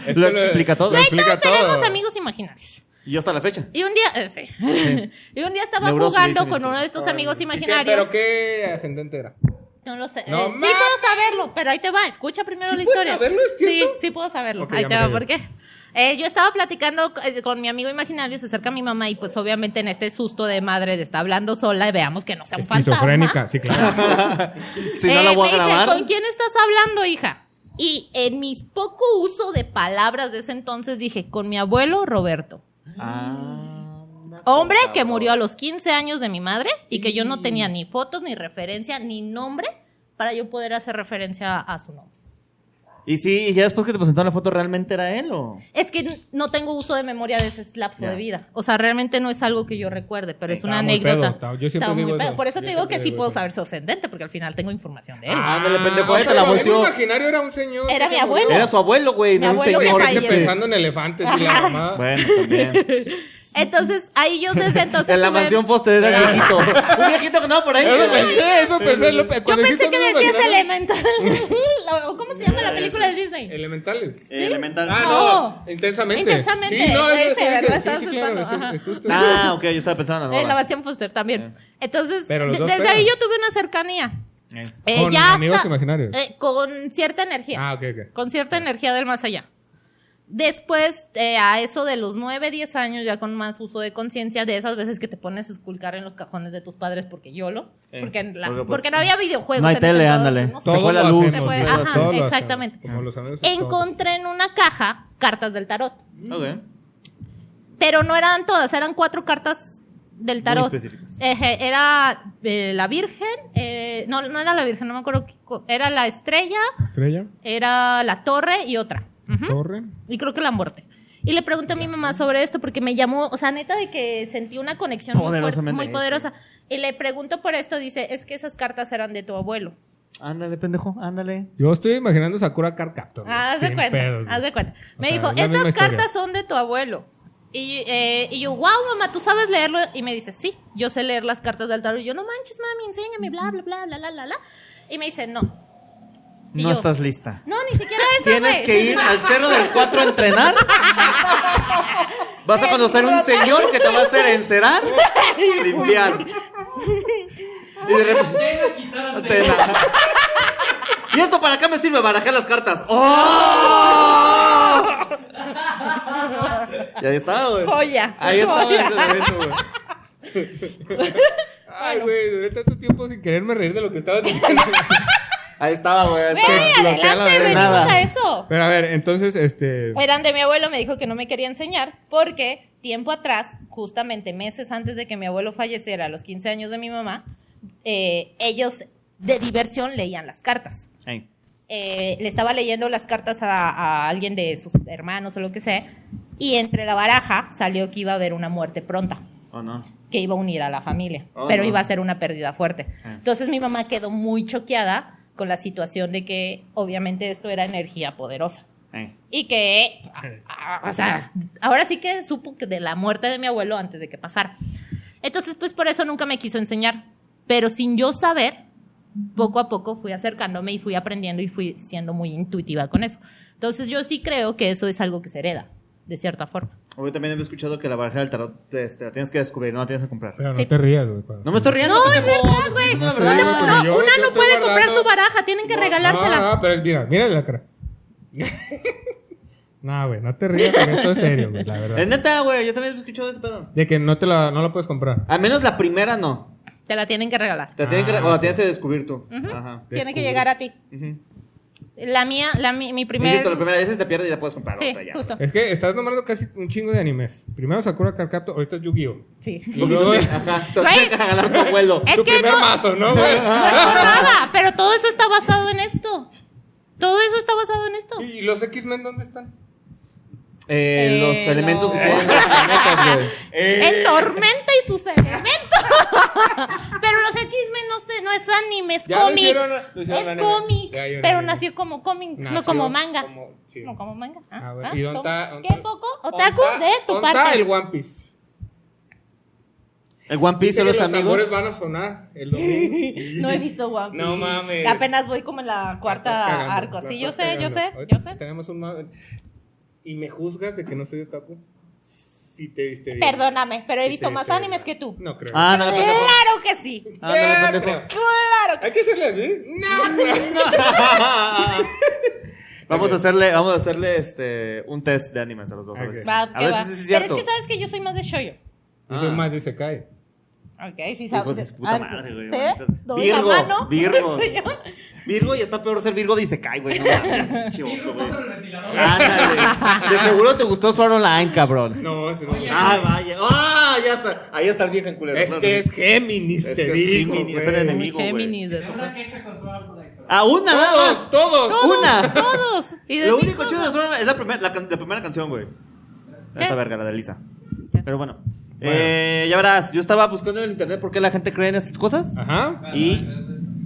S3: Es que
S2: lo explica todo.
S3: Lo explica todo.
S1: Tenemos amigos imaginarios.
S2: Y yo hasta la fecha.
S1: Y un día, eh, sí. y un día estaba
S2: Neurosis,
S1: jugando
S2: dicen
S1: con
S2: esto.
S1: uno de estos amigos
S3: ¿Y qué-
S1: imaginarios.
S3: ¿Pero qué ascendente era?
S1: No lo sé.
S3: No
S1: Eh, sí
S3: mames.
S1: puedo saberlo, pero ahí te va. Escucha primero
S3: ¿Sí
S1: la
S3: puedes
S1: historia.
S3: saberlo, es
S1: sí,
S3: cierto?
S1: sí puedo saberlo.
S3: Ok,
S1: ahí
S3: ya
S1: te
S3: me
S1: va,
S3: callé.
S1: ¿por qué? Eh, yo estaba platicando eh, con mi amigo imaginario, se acerca mi mamá y pues obviamente en este susto de madre de está hablando sola y veamos que no sea un fantasma.
S3: Esquizofrénica, sí, claro.
S2: Si no
S1: Eh,
S2: la voy a
S1: me dice,
S2: grabar.
S1: ¿con quién estás hablando, hija? Y en mis poco uso de palabras de ese entonces dije, con mi abuelo Roberto.
S2: Ah, anda,
S1: Hombre
S2: cabrón.
S1: que murió a los 15 años de mi madre y que yo no tenía ni fotos, ni referencia, ni nombre para yo poder hacer referencia a su nombre.
S2: Y sí, y ya después que te presentaron la foto, ¿realmente era él o?
S1: Es que n- no tengo uso de memoria de ese lapso
S2: Ya.
S1: de vida. O sea, realmente no es algo que yo recuerde, pero es
S3: Estaba
S1: una
S3: muy
S1: anécdota.
S3: pedo, estaba- yo siempre
S1: Estaba muy
S3: digo
S1: pedo.
S3: eso.
S1: Por eso
S3: Yo
S1: te digo
S3: siempre
S1: que sí
S3: digo
S1: puedo
S3: eso. Ah.
S1: saber su ascendente, porque al final tengo información de él.
S2: Ándale, pendejo,
S3: o
S2: ahí te
S3: sea,
S2: la
S3: su amigo
S2: volteó.
S3: imaginario era un señor.
S1: Era
S3: que
S1: mi
S3: se
S1: abuelo.
S3: murió.
S2: Era su abuelo, güey,
S1: Mi
S2: no un
S1: abuelo que
S2: señor.
S1: falleció.
S3: Jorge
S1: Sí.
S3: pensando en elefantes y la mamá.
S2: Bueno, también.
S1: Entonces, ahí yo desde entonces.
S2: en la
S1: tuve-
S2: mansión Foster era el viejito. Eh. un viejito que andaba por ahí.
S3: Eso pensé, eso pensé. lo-
S1: Yo pensé
S3: cuando dijiste
S1: que
S3: amigo
S1: decías
S3: imaginario-
S1: Elemental. O, ¿Cómo se llama la película de Disney?
S3: Elementales.
S2: Elemental.
S3: Ah,
S1: No.
S3: no. Intensamente.
S1: Intensamente,
S3: Sí, no,
S1: ese,
S3: es
S1: ¿verdad?
S3: Sí,
S1: Estabas
S3: sí, claro.
S1: aceptando,
S3: es- es justo.
S2: Ah, ok, yo estaba pensando en la
S1: Eh, la
S2: boda.
S1: mansión Foster también. Entonces,
S3: Pero los
S1: de-
S3: dos
S1: desde
S3: pegan.
S1: ahí yo tuve una cercanía.
S2: Eh.
S1: Eh,
S3: Con
S1: ya
S3: amigos
S1: hasta-
S3: imaginarios.
S1: eh, con cierta energía.
S3: Ah, ok, ok.
S1: Con cierta energía del más allá. Después, eh, a eso de los 9, 10 años, ya con más uso de conciencia, de esas veces que te pones a esculcar en los cajones de tus padres porque yo lo.
S2: Eh,
S1: porque, en la-
S2: porque, pues,
S1: porque no había videojuegos.
S2: no hay
S1: en ese
S2: tele,
S1: entonces,
S2: ándale.
S1: no sé.
S2: Se fue
S3: Todo
S2: la
S3: lo
S2: luz.
S3: hacemos,
S1: Se fue,
S3: ¿verdad?
S1: ajá,
S3: Todo lo hacemos,
S1: exactamente.
S3: Como los amigos. todos.
S1: Encontré en una caja cartas del tarot.
S2: Ok.
S1: Pero no eran todas, eran cuatro cartas del tarot.
S2: específicas.
S1: Eje, era eh, la Virgen, eh, no, no era la Virgen, no me acuerdo, qué co- era la estrella,
S3: Estrella,
S1: era la torre y otra. Ujú.
S3: torre.
S1: Y creo que la muerte. Y le pregunté a mi mamá sobre esto porque me llamó, o sea, neta de que sentí una conexión muy fuerte,
S2: Poderosamente.
S1: muy poderosa. Y le pregunto por esto, dice, es que esas cartas eran de tu abuelo.
S2: Ándale, pendejo, ándale.
S3: Yo estoy imaginando Sakura Card Captor.
S1: Ah, haz de
S3: Sin
S1: cuenta,
S3: pedos.
S1: haz de cuenta. Me
S3: sea,
S1: dijo,
S3: es la misma
S1: estas
S3: historia".
S1: cartas son de tu abuelo. Y, eh, y yo, wow, mamá, ¿tú sabes leerlo? Y me dice, sí, yo sé leer las cartas del tarot. Y yo, no manches, mami, enséñame, bla, bla, bla, bla, bla, bla, bla. Y me dice, no. Y
S2: No
S1: yo,
S2: estás lista.
S1: No, ni siquiera eso,
S2: Tienes
S1: güey".
S2: que ir al cerro del 4 a entrenar. Vas a conocer un señor que te va a hacer encerar, limpiar. Y de repente.
S4: Antena, quitar
S2: te
S4: antena.
S2: la- ¿Y esto para qué me sirve? Barajar las cartas. ¡Oh! Y ahí está, güey.
S1: Joya.
S2: Ahí está, güey.
S1: Joya.
S2: ese momento, güey.
S3: Ay, güey, duré tanto tiempo sin quererme reír de lo que estaba diciendo.
S2: Ahí estaba, güey. Este, ahí
S1: Güey,
S2: estaba.
S3: bloquea la
S1: adelante,
S3: de
S1: venimos
S2: nada.
S1: a eso.
S3: Pero a ver, entonces, este.
S1: Eran de mi abuelo, me dijo que no me quería enseñar porque tiempo atrás, justamente meses antes de que mi abuelo falleciera, a los 15 años de mi mamá, eh, ellos de diversión leían las cartas.
S2: Ahí.
S1: eh, le estaba leyendo las cartas a, a alguien de sus hermanos o lo que sea, y entre la baraja salió que iba a haber una muerte pronta,
S2: ¿O Oh, no?
S1: que iba a unir a la familia,
S2: Ah,
S1: pero
S2: no.
S1: iba a ser una pérdida fuerte.
S2: Ah.
S1: Entonces mi mamá quedó muy choqueada con la situación de que obviamente esto era energía poderosa.
S2: Ahí.
S1: Y que, a- a- o sea, ahora sí que supo que de la muerte de mi abuelo antes de que pasara. Entonces, pues por eso nunca me quiso enseñar. Pero sin yo saber, poco a poco fui acercándome y fui aprendiendo y fui siendo muy intuitiva con eso. Entonces, yo sí creo que eso es algo que se hereda, de cierta forma.
S2: Hoy también he escuchado que la baraja del tarot este, la tienes que descubrir, no la tienes que comprar.
S3: Pero no
S1: Sí.
S3: te rías, güey.
S2: No me estoy riendo.
S1: No,
S2: pendejo.
S1: es verdad, güey.
S2: No,
S1: No,
S2: te digo,
S1: no,
S3: pero yo-
S1: una
S3: yo
S1: no
S3: estoy
S1: puede comprar
S3: guardando-
S1: su baraja, tienen que
S3: No,
S1: regalársela.
S3: no, Ah, pero mira, mira la cara. No, güey, no te rías, porque esto es serio, güey, la
S2: Es
S3: verdad.
S2: neta, güey. Yo también he escuchado ese pedo.
S3: De que no te la, no la puedes comprar.
S2: Al menos la primera no.
S1: Te la tienen que regalar.
S2: Te tienen que,
S3: Ah,
S2: o la tienes
S3: ok.
S2: que descubrir tú.
S1: Ujú.
S2: Ajá.
S1: Tiene que
S3: Descubrí.
S1: llegar a ti.
S2: Ujú.
S1: La mía, la, mi, mi primer...
S2: Insisto, la primera vez te pierdes y la puedes comprar
S1: Sí,
S2: otra ya.
S1: justo.
S3: Es que estás nombrando casi un chingo de animes. Primero Sakura Card Captor, ahorita es Yu-Gi-Oh.
S1: Sí.
S3: Y luego-
S2: Ajá, te lo tienes que regalar a tu abuelo.
S1: Es
S3: tu
S1: que
S3: primer
S1: no-
S3: mazo, ¿no? güey?
S1: No es por nada, pero todo eso está basado en esto. Todo eso está basado en esto.
S3: ¿Y los X-Men dónde están?
S2: Eh,
S1: Eh,
S2: los elementos
S1: no.
S2: que tienen los planetas, güey.
S3: Eh.
S1: El Tormenta y sus elementos. pero los X-Men no, sé, no es anime, es
S3: Ya lo
S1: cómic.
S3: hicieron, lo hicieron
S1: Es
S3: anime.
S1: cómic,
S3: Ya, ya lo
S1: pero
S3: anime.
S1: nació como cómic, no
S3: Nació
S1: como manga.
S3: como- sí.
S1: No como manga. Ah,
S3: A ver,
S1: ah,
S3: ¿y dónde
S1: ¿cómo?
S3: está- dónde
S1: ¿Qué
S3: está-
S1: poco? Otaku
S3: Onta-
S1: de tu
S3: onta
S1: parte.
S3: el One Piece.
S2: El One Piece de
S3: Dice que
S2: los
S3: los
S2: amigos.
S3: tambores van a sonar el domingo.
S1: No he visto One Piece.
S3: No mames.
S1: Apenas voy como en la
S3: La estás cagando,
S1: cuarta arco.
S3: la
S1: Sí, yo
S3: estás
S1: sé, yo
S3: cagando.
S1: sé,
S3: Ahorita
S1: yo sé.
S3: Tenemos un ma- ¿Y me juzgas de que no soy otaku? Si te viste bien.
S1: Perdóname, pero he
S3: Sí,
S1: visto
S3: sí,
S1: más
S3: sí,
S1: animes
S3: no.
S1: que tú.
S3: No creo.
S2: Ah, no, no, pendejo.
S1: Claro que sí.
S2: Ah, no, no, pendejo.
S3: creo.
S1: Claro que
S3: Hay que hacerle así. No.
S2: Vamos
S3: Ok.
S2: a hacerle, vamos a hacerle este un test de animes a los dos. A
S3: Ok.
S2: ver,
S1: Va,
S2: a
S1: que
S2: ver
S1: va.
S2: si
S1: Pero
S2: sí es
S1: es
S2: cierto.
S1: que sabes que yo soy más de shoyo.
S3: Yo soy más de Sekai.
S1: Ok, sí
S2: Hijos
S1: sabes.
S2: de su puta
S1: Ah,
S2: madre, güey.
S1: ¿eh?
S2: ahorita.
S1: Doy la
S2: Virgo,
S1: mano.
S2: Virgo.
S1: Soy yo.
S2: Virgo y está peor ser Virgo dice cae, güey. No mames, chivoso, güey. Ah,
S4: Paso el ventilador.
S2: Ándale. De seguro te gustó Sword Online, cabrón.
S3: No, es
S4: Oye,
S2: Ah, vaya. Ah, ya está. Ahí está el viejo en culero.
S3: Es
S2: Claro,
S3: que
S2: sí.
S3: es Géminis,
S2: Es
S3: te
S2: que es
S3: digo.
S2: Géminis, es
S3: güey.
S2: el enemigo. güey.
S1: Géminis de su
S4: Una queja con su arte, doctor.
S2: A Ah, una, nada más.
S3: Todos, todos.
S2: Una.
S1: Todos. Y de
S2: Lo
S1: mil
S2: único chido de
S1: cosas.
S2: Sword Online es la, primer- la, can- la primera canción, güey.
S1: ¿Qué?
S2: Esta verga, la de Lisa.
S1: Ya.
S2: Pero bueno. Eh, ya verás, yo estaba buscando en el internet por qué la gente cree en estas cosas.
S3: Ajá.
S2: Y-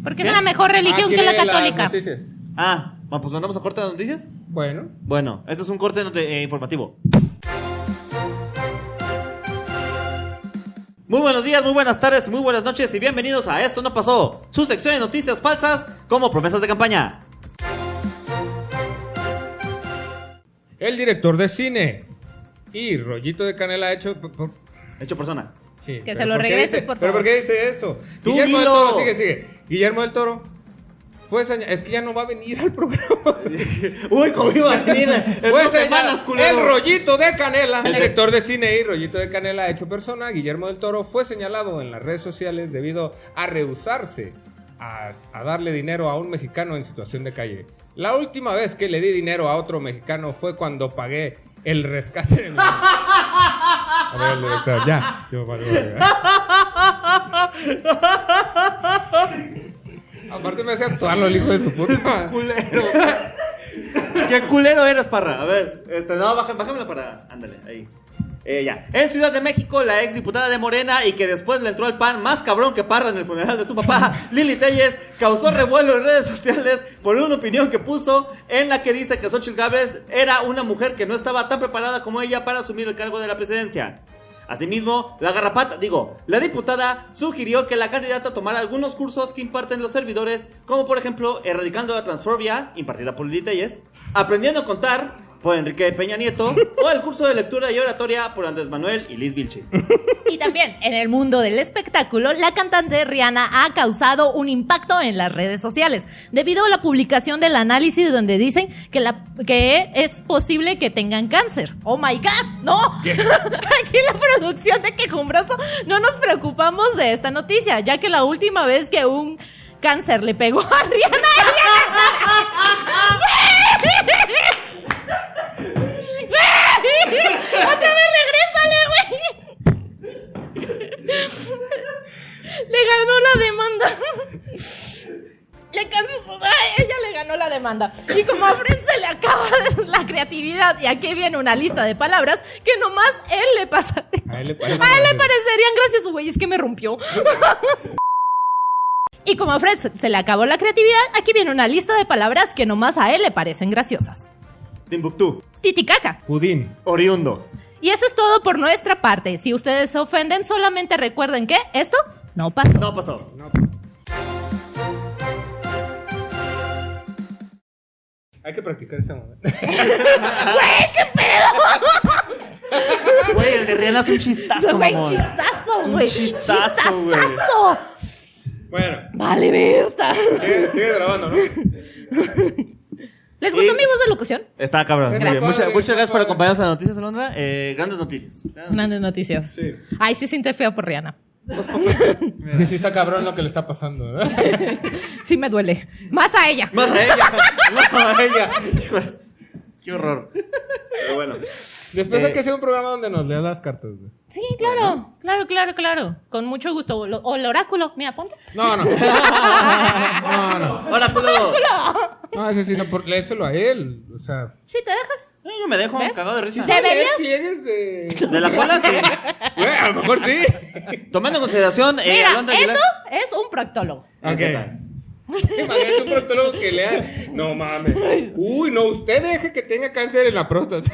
S1: Porque es
S2: ¿Qué?
S1: una mejor religión
S3: Ah,
S1: que la
S3: ¿quiere las
S1: católica.
S3: noticias?
S2: Ah, bueno, pues mandamos a corte de noticias.
S3: Bueno.
S2: Bueno, esto es un corte not- eh, informativo. Muy buenos días, muy buenas tardes, muy buenas noches y bienvenidos a Esto No Pasó, su sección de noticias falsas como promesas de campaña.
S3: El director de cine y Rollito de Canela ha hecho. por- por-
S2: Hecho persona.
S3: sí,
S1: Que
S3: pero
S1: se lo
S3: ¿por qué
S1: regreses,
S3: dice-
S1: por
S3: ¿Pero por
S1: favor.
S3: qué dice eso?
S2: Tú
S3: Guillermo
S2: dilo.
S3: del Toro, sigue, sigue. Guillermo del Toro. Fue seña- Es que ya no va a venir al programa.
S2: Uy, cómo iba a venir en
S3: Fue
S2: dos
S3: señal-
S2: semanas, culero.
S3: el rollito de canela.
S2: El
S3: El
S2: de-
S3: director de cine y rollito de canela hecho persona, Guillermo del Toro, fue señalado en las redes sociales debido a rehusarse a, a darle dinero a un mexicano en situación de calle. La última vez que le di dinero a otro mexicano fue cuando pagué el rescate de mi... A ver, director, ya. Yo valgo, ya. Aparte me hace actuarlo el hijo de su puta. madre.
S2: culero. Qué culero eres, parra. A ver, este, no, baja- bájamela para. Ándale, ahí. Eh, ya. En Ciudad de México, la ex diputada de Morena y que después le entró al pan más cabrón que parra en el funeral de su papá, Lili Telles, causó revuelo en redes sociales por una opinión que puso en la que dice que Xochitl Gávez era una mujer que no estaba tan preparada como ella para asumir el cargo de la presidencia. Asimismo, la garrapata, digo, la diputada sugirió que la candidata tomara algunos cursos que imparten los servidores, como por ejemplo erradicando la transfobia, impartida por Lili Telles, aprendiendo a contar, por Enrique Peña Nieto, o el curso de lectura y oratoria por Andrés Manuel y Liz Vilches.
S1: Y también, en el mundo del espectáculo, la cantante Rihanna ha causado un impacto en las redes sociales, debido a la publicación del análisis donde dicen que, la, que es posible que tengan cáncer. ¡Oh, my God! ¡No! Aquí en la producción de Quejumbroso no nos preocupamos de esta noticia, ya que la última vez que un cáncer le pegó a Rihanna... ¡Güey! ¡Otra vez regrésale, güey! Le ganó la demanda. Le cansó- ay, ella le ganó la demanda. Y como a Fred se le acaba la creatividad, y aquí viene una lista de palabras que nomás él le pasa.
S3: A él le
S1: A
S3: parece-
S1: él le parecerían gracias, güey, es que me rompió. Y como a Fred se- se le acabó la creatividad, aquí viene una lista de palabras que nomás a él le parecen graciosas.
S2: Timbuktu,
S1: Titicaca.
S3: Pudín.
S2: oriundo.
S1: Y eso es todo por nuestra parte. Si ustedes se ofenden, solamente recuerden que esto no pasó.
S2: No pasó.
S3: No. Hay que practicar ese momento.
S2: Güey, el de Rihanna es un chistazo,
S1: Güey,
S2: mamón. Es
S1: chistazo,
S2: un
S1: güey.
S2: chistazo, güey.
S1: Chistazazo.
S3: Bueno,
S1: Vale, Berta.
S3: sigue, sigue grabando, ¿no?
S1: ¿Les gustó
S2: Y-
S1: mi voz de locución?
S2: Está cabrón. Muy
S3: Está
S2: bien.
S3: suave,
S2: Mucha-
S3: está
S2: muchas gracias por
S3: suave.
S2: acompañarnos a Noticias Alondra. Eh, grandes noticias.
S1: Grandes noticias.
S3: Sí.
S1: Ay, sí siente feo por Rihanna.
S2: Pues, papá.
S3: Sí está cabrón lo que le está pasando, ¿verdad?
S6: Sí me duele. Más a ella.
S2: Más a ella. No, a ella. Hijos, Qué horror. Pero bueno.
S3: Después
S2: Eh.
S3: hay que hacer un programa donde nos leas las cartas, güey.
S1: Sí, claro, claro, claro, claro. Con mucho gusto. Lo- O el oráculo, mira, ponte.
S3: No, no. No, no.
S2: Ahora, pues Polo.
S3: No, ese sí, no, por, léselo a él. O sea.
S1: Sí, te dejas.
S2: No, Yo me dejo cagado de risa.
S1: ¿Se vería?
S3: Pliegues de.
S2: De la cola, sí.
S3: Güey, a lo mejor sí.
S2: Tomando en consideración. eh,
S1: Mira,
S2: Alondra
S1: eso
S2: Aguilar-
S1: es un proctólogo.
S3: Ok. Imagínate un proctólogo que lea. No mames. Uy, no, usted deje que tenga cáncer en la próstata.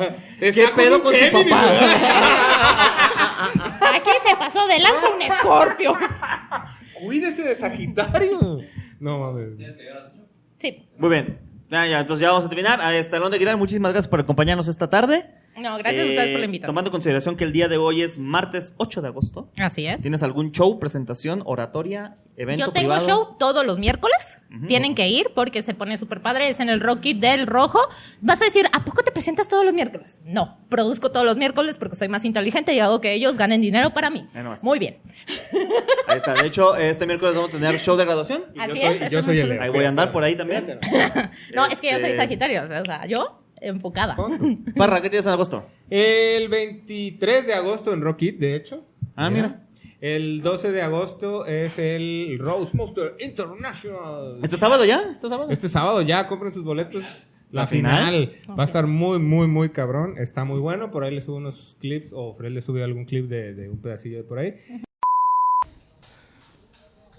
S2: ¿Qué pedo con su
S3: Géminis,
S2: papá?
S3: ¿verdad?
S1: Aquí se pasó de lanza un escorpio.
S3: Cuídese de Sagitario. No mames.
S4: ¿Tienes que llegar a las ocho?
S1: Sí.
S2: Muy bien. Ya, ya, entonces ya vamos a terminar. A esta Alondra Aguilar, muchísimas gracias por acompañarnos esta tarde.
S1: No, gracias a
S2: Eh,
S1: ustedes por la invitación.
S2: Tomando en consideración que el día de hoy es martes 8 de agosto.
S6: Así es.
S2: ¿Tienes algún show, presentación, oratoria, evento
S1: Yo tengo
S2: privado?
S1: show todos los miércoles. Tienen que ir porque se pone súper padre. Es en el Rocky del Rojo. Vas a decir, ¿a poco te presentas todos los miércoles? No, produzco todos los miércoles porque soy más inteligente y hago que ellos ganen dinero para mí.
S2: Ya nomás.
S1: Muy bien.
S2: Ahí está. De hecho, este miércoles vamos a tener show de graduación.
S3: Y yo
S1: Así
S3: soy-
S1: es,
S3: Yo
S1: es
S3: soy
S1: un-
S3: el Leo.
S2: Ahí voy a andar por ahí también.
S3: Fíjate,
S1: No, es que yo soy
S2: Este-
S1: Sagitario. O sea, yo enfocada.
S3: ¿no?
S2: Parra, ¿qué tienes en agosto?
S3: El 23 de agosto en Rock It, de hecho.
S2: Ah, mira.
S3: El 12 de agosto es el Rose Monster International.
S2: ¿Este sábado ya? ¿Este sábado?
S3: Este sábado ya compren sus boletos. La,
S2: ¿La
S3: final.
S2: final?
S3: va a estar muy, muy, muy cabrón. Está muy bueno. Por ahí le subo unos clips o Fred le subió algún clip de, de un pedacillo de por ahí.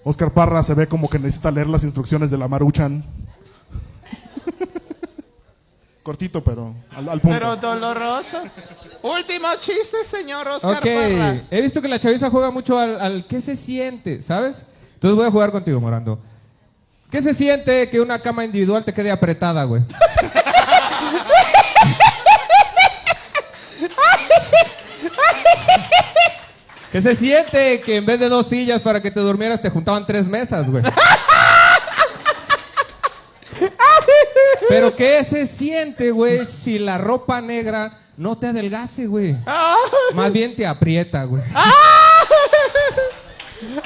S7: Oscar Parra se ve como que necesita leer las instrucciones de la Maruchan. Cortito, pero al, al punto.
S8: Pero doloroso. Último chiste, señor Oscar
S9: Ok,
S8: Parra.
S9: he visto que la chaviza juega mucho al, al qué se siente, ¿sabes? Entonces voy a jugar contigo, Morando. ¿Qué se siente que una cama individual te quede apretada, güey? ¿Qué se siente que en vez de dos sillas para que te durmieras te juntaban tres mesas, güey? Pero ¿qué se siente, güey, si la ropa negra no te adelgace, güey? Más bien te aprieta, güey.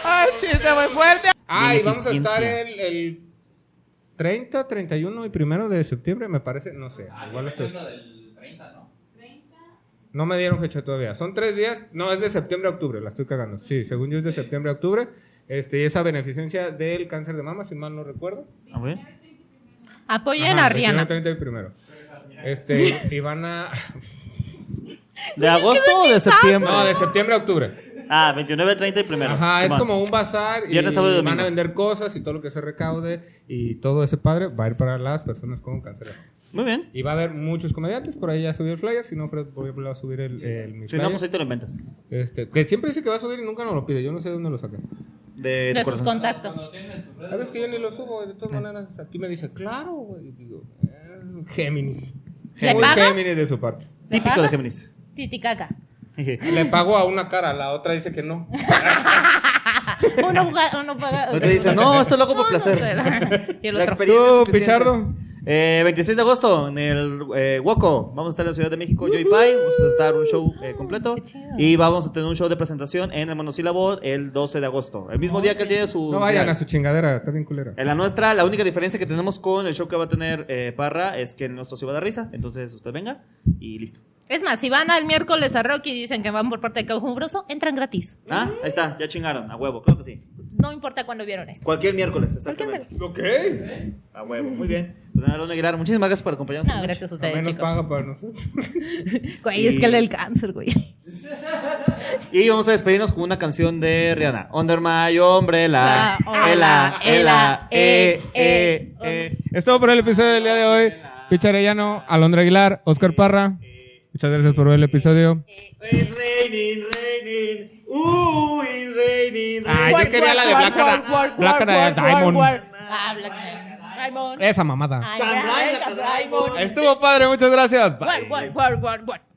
S8: Ay, chiste muy fuerte.
S3: Ah, y vamos a estar
S2: Beneficencia.
S3: el, el 30, 31 y primero de septiembre, me parece. No sé. Igual estoy.
S4: Ah, del 30, ¿no?
S3: No me dieron fecha todavía. Son tres días. No, es de septiembre a octubre. La estoy cagando. Sí, según yo es de septiembre a octubre. Este, y esa beneficencia del cáncer de mama, si mal no recuerdo.
S2: A ver.
S1: Apoyen
S3: Ajá,
S1: a Rihanna.
S3: 21, 30 y primero. Este, y van a.
S2: ¿De agosto o de septiembre?
S3: No, de septiembre a octubre.
S2: Ah, 29, 30 y primero.
S3: Ajá, es
S2: Simón.
S3: como un bazar y
S2: Viernes, sábado y
S3: van a
S2: domingo.
S3: vender cosas y todo lo que se recaude y todo ese padre va a ir para las personas con cáncer. de mama.
S2: Muy bien.
S3: Y va a haber muchos comediantes, por ahí ya subí el flyer, si no, Fred, por ejemplo, va a subir el, el- mi
S2: Si no,
S3: flyer.
S2: pues ahí te lo inventas.
S3: Este, que siempre dice que va a subir y nunca nos lo pide, yo no sé de dónde lo saca.
S2: De, tu
S1: De sus
S2: corazón.
S1: contactos.
S3: Sabes que yo ni lo subo, de todas maneras, aquí me dice, claro, güey. Y Digo, "Ah, Géminis.
S1: ¿Le
S3: Muy
S1: pagas?
S3: Géminis de su parte.
S2: Típico de
S1: pagas?
S2: Géminis.
S1: Titicaca.
S3: Le pago a una cara, la otra dice que no.
S1: Uno, juega- uno paga.
S2: No te dicen, no, esto lo hago por placer.
S1: Y el
S2: La
S1: otro.
S2: experiencia
S3: Tú,
S2: es suficiente.
S3: Pichardo.
S2: Eh, 26 de agosto en el eh, Woco. Vamos a estar en la Ciudad de México, Joy Pie. Vamos a presentar un show eh, completo. Y vamos a tener un show de presentación en el monosílabo el 12 de agosto. El mismo día que el día de su.
S3: No vayan
S2: final.
S3: a su chingadera, está bien culera.
S2: En la nuestra, la única diferencia que tenemos con el show que va a tener eh, Parra es que en nuestro se va a dar risa. Entonces usted venga y listo.
S1: Es más, si van al miércoles a Rocky y dicen que van por parte de Cajumbroso, entran gratis.
S2: Ah, ahí está, ya chingaron, a huevo, claro que sí.
S1: No importa cuándo vieron esto.
S2: Cualquier miércoles, exactamente.
S3: Ok.
S2: A huevo, muy bien. Pues nada, Lona Aguilar, muchísimas gracias por acompañarnos.
S1: No, gracias a
S3: A
S1: ustedes,
S3: menos
S1: chicos.
S3: paga para nosotros.
S6: Güey,
S2: Y-
S6: es que le el cáncer, güey.
S2: Y vamos a despedirnos con una canción de Rihanna. Under my umbrella.
S1: La,
S2: Ela,
S1: hola,
S2: ela,
S1: ela,
S2: eh, eh,
S1: eh,
S2: eh.
S9: Es todo por el episodio del día de hoy. Picharellano, Alondra Aguilar, Oscar Parra. Muchas gracias por ver el episodio.
S2: It's raining, raining. Uh, it's raining.
S9: Ah,
S2: raining.
S9: yo quería la de Black Ana- Black Ana Diamond.
S1: Habla, Raymond.
S9: Esa mamada.
S1: Ay, Raymond.
S9: Estuvo padre, muchas gracias. Bye.
S1: Guard, guard, guard, guard, guard.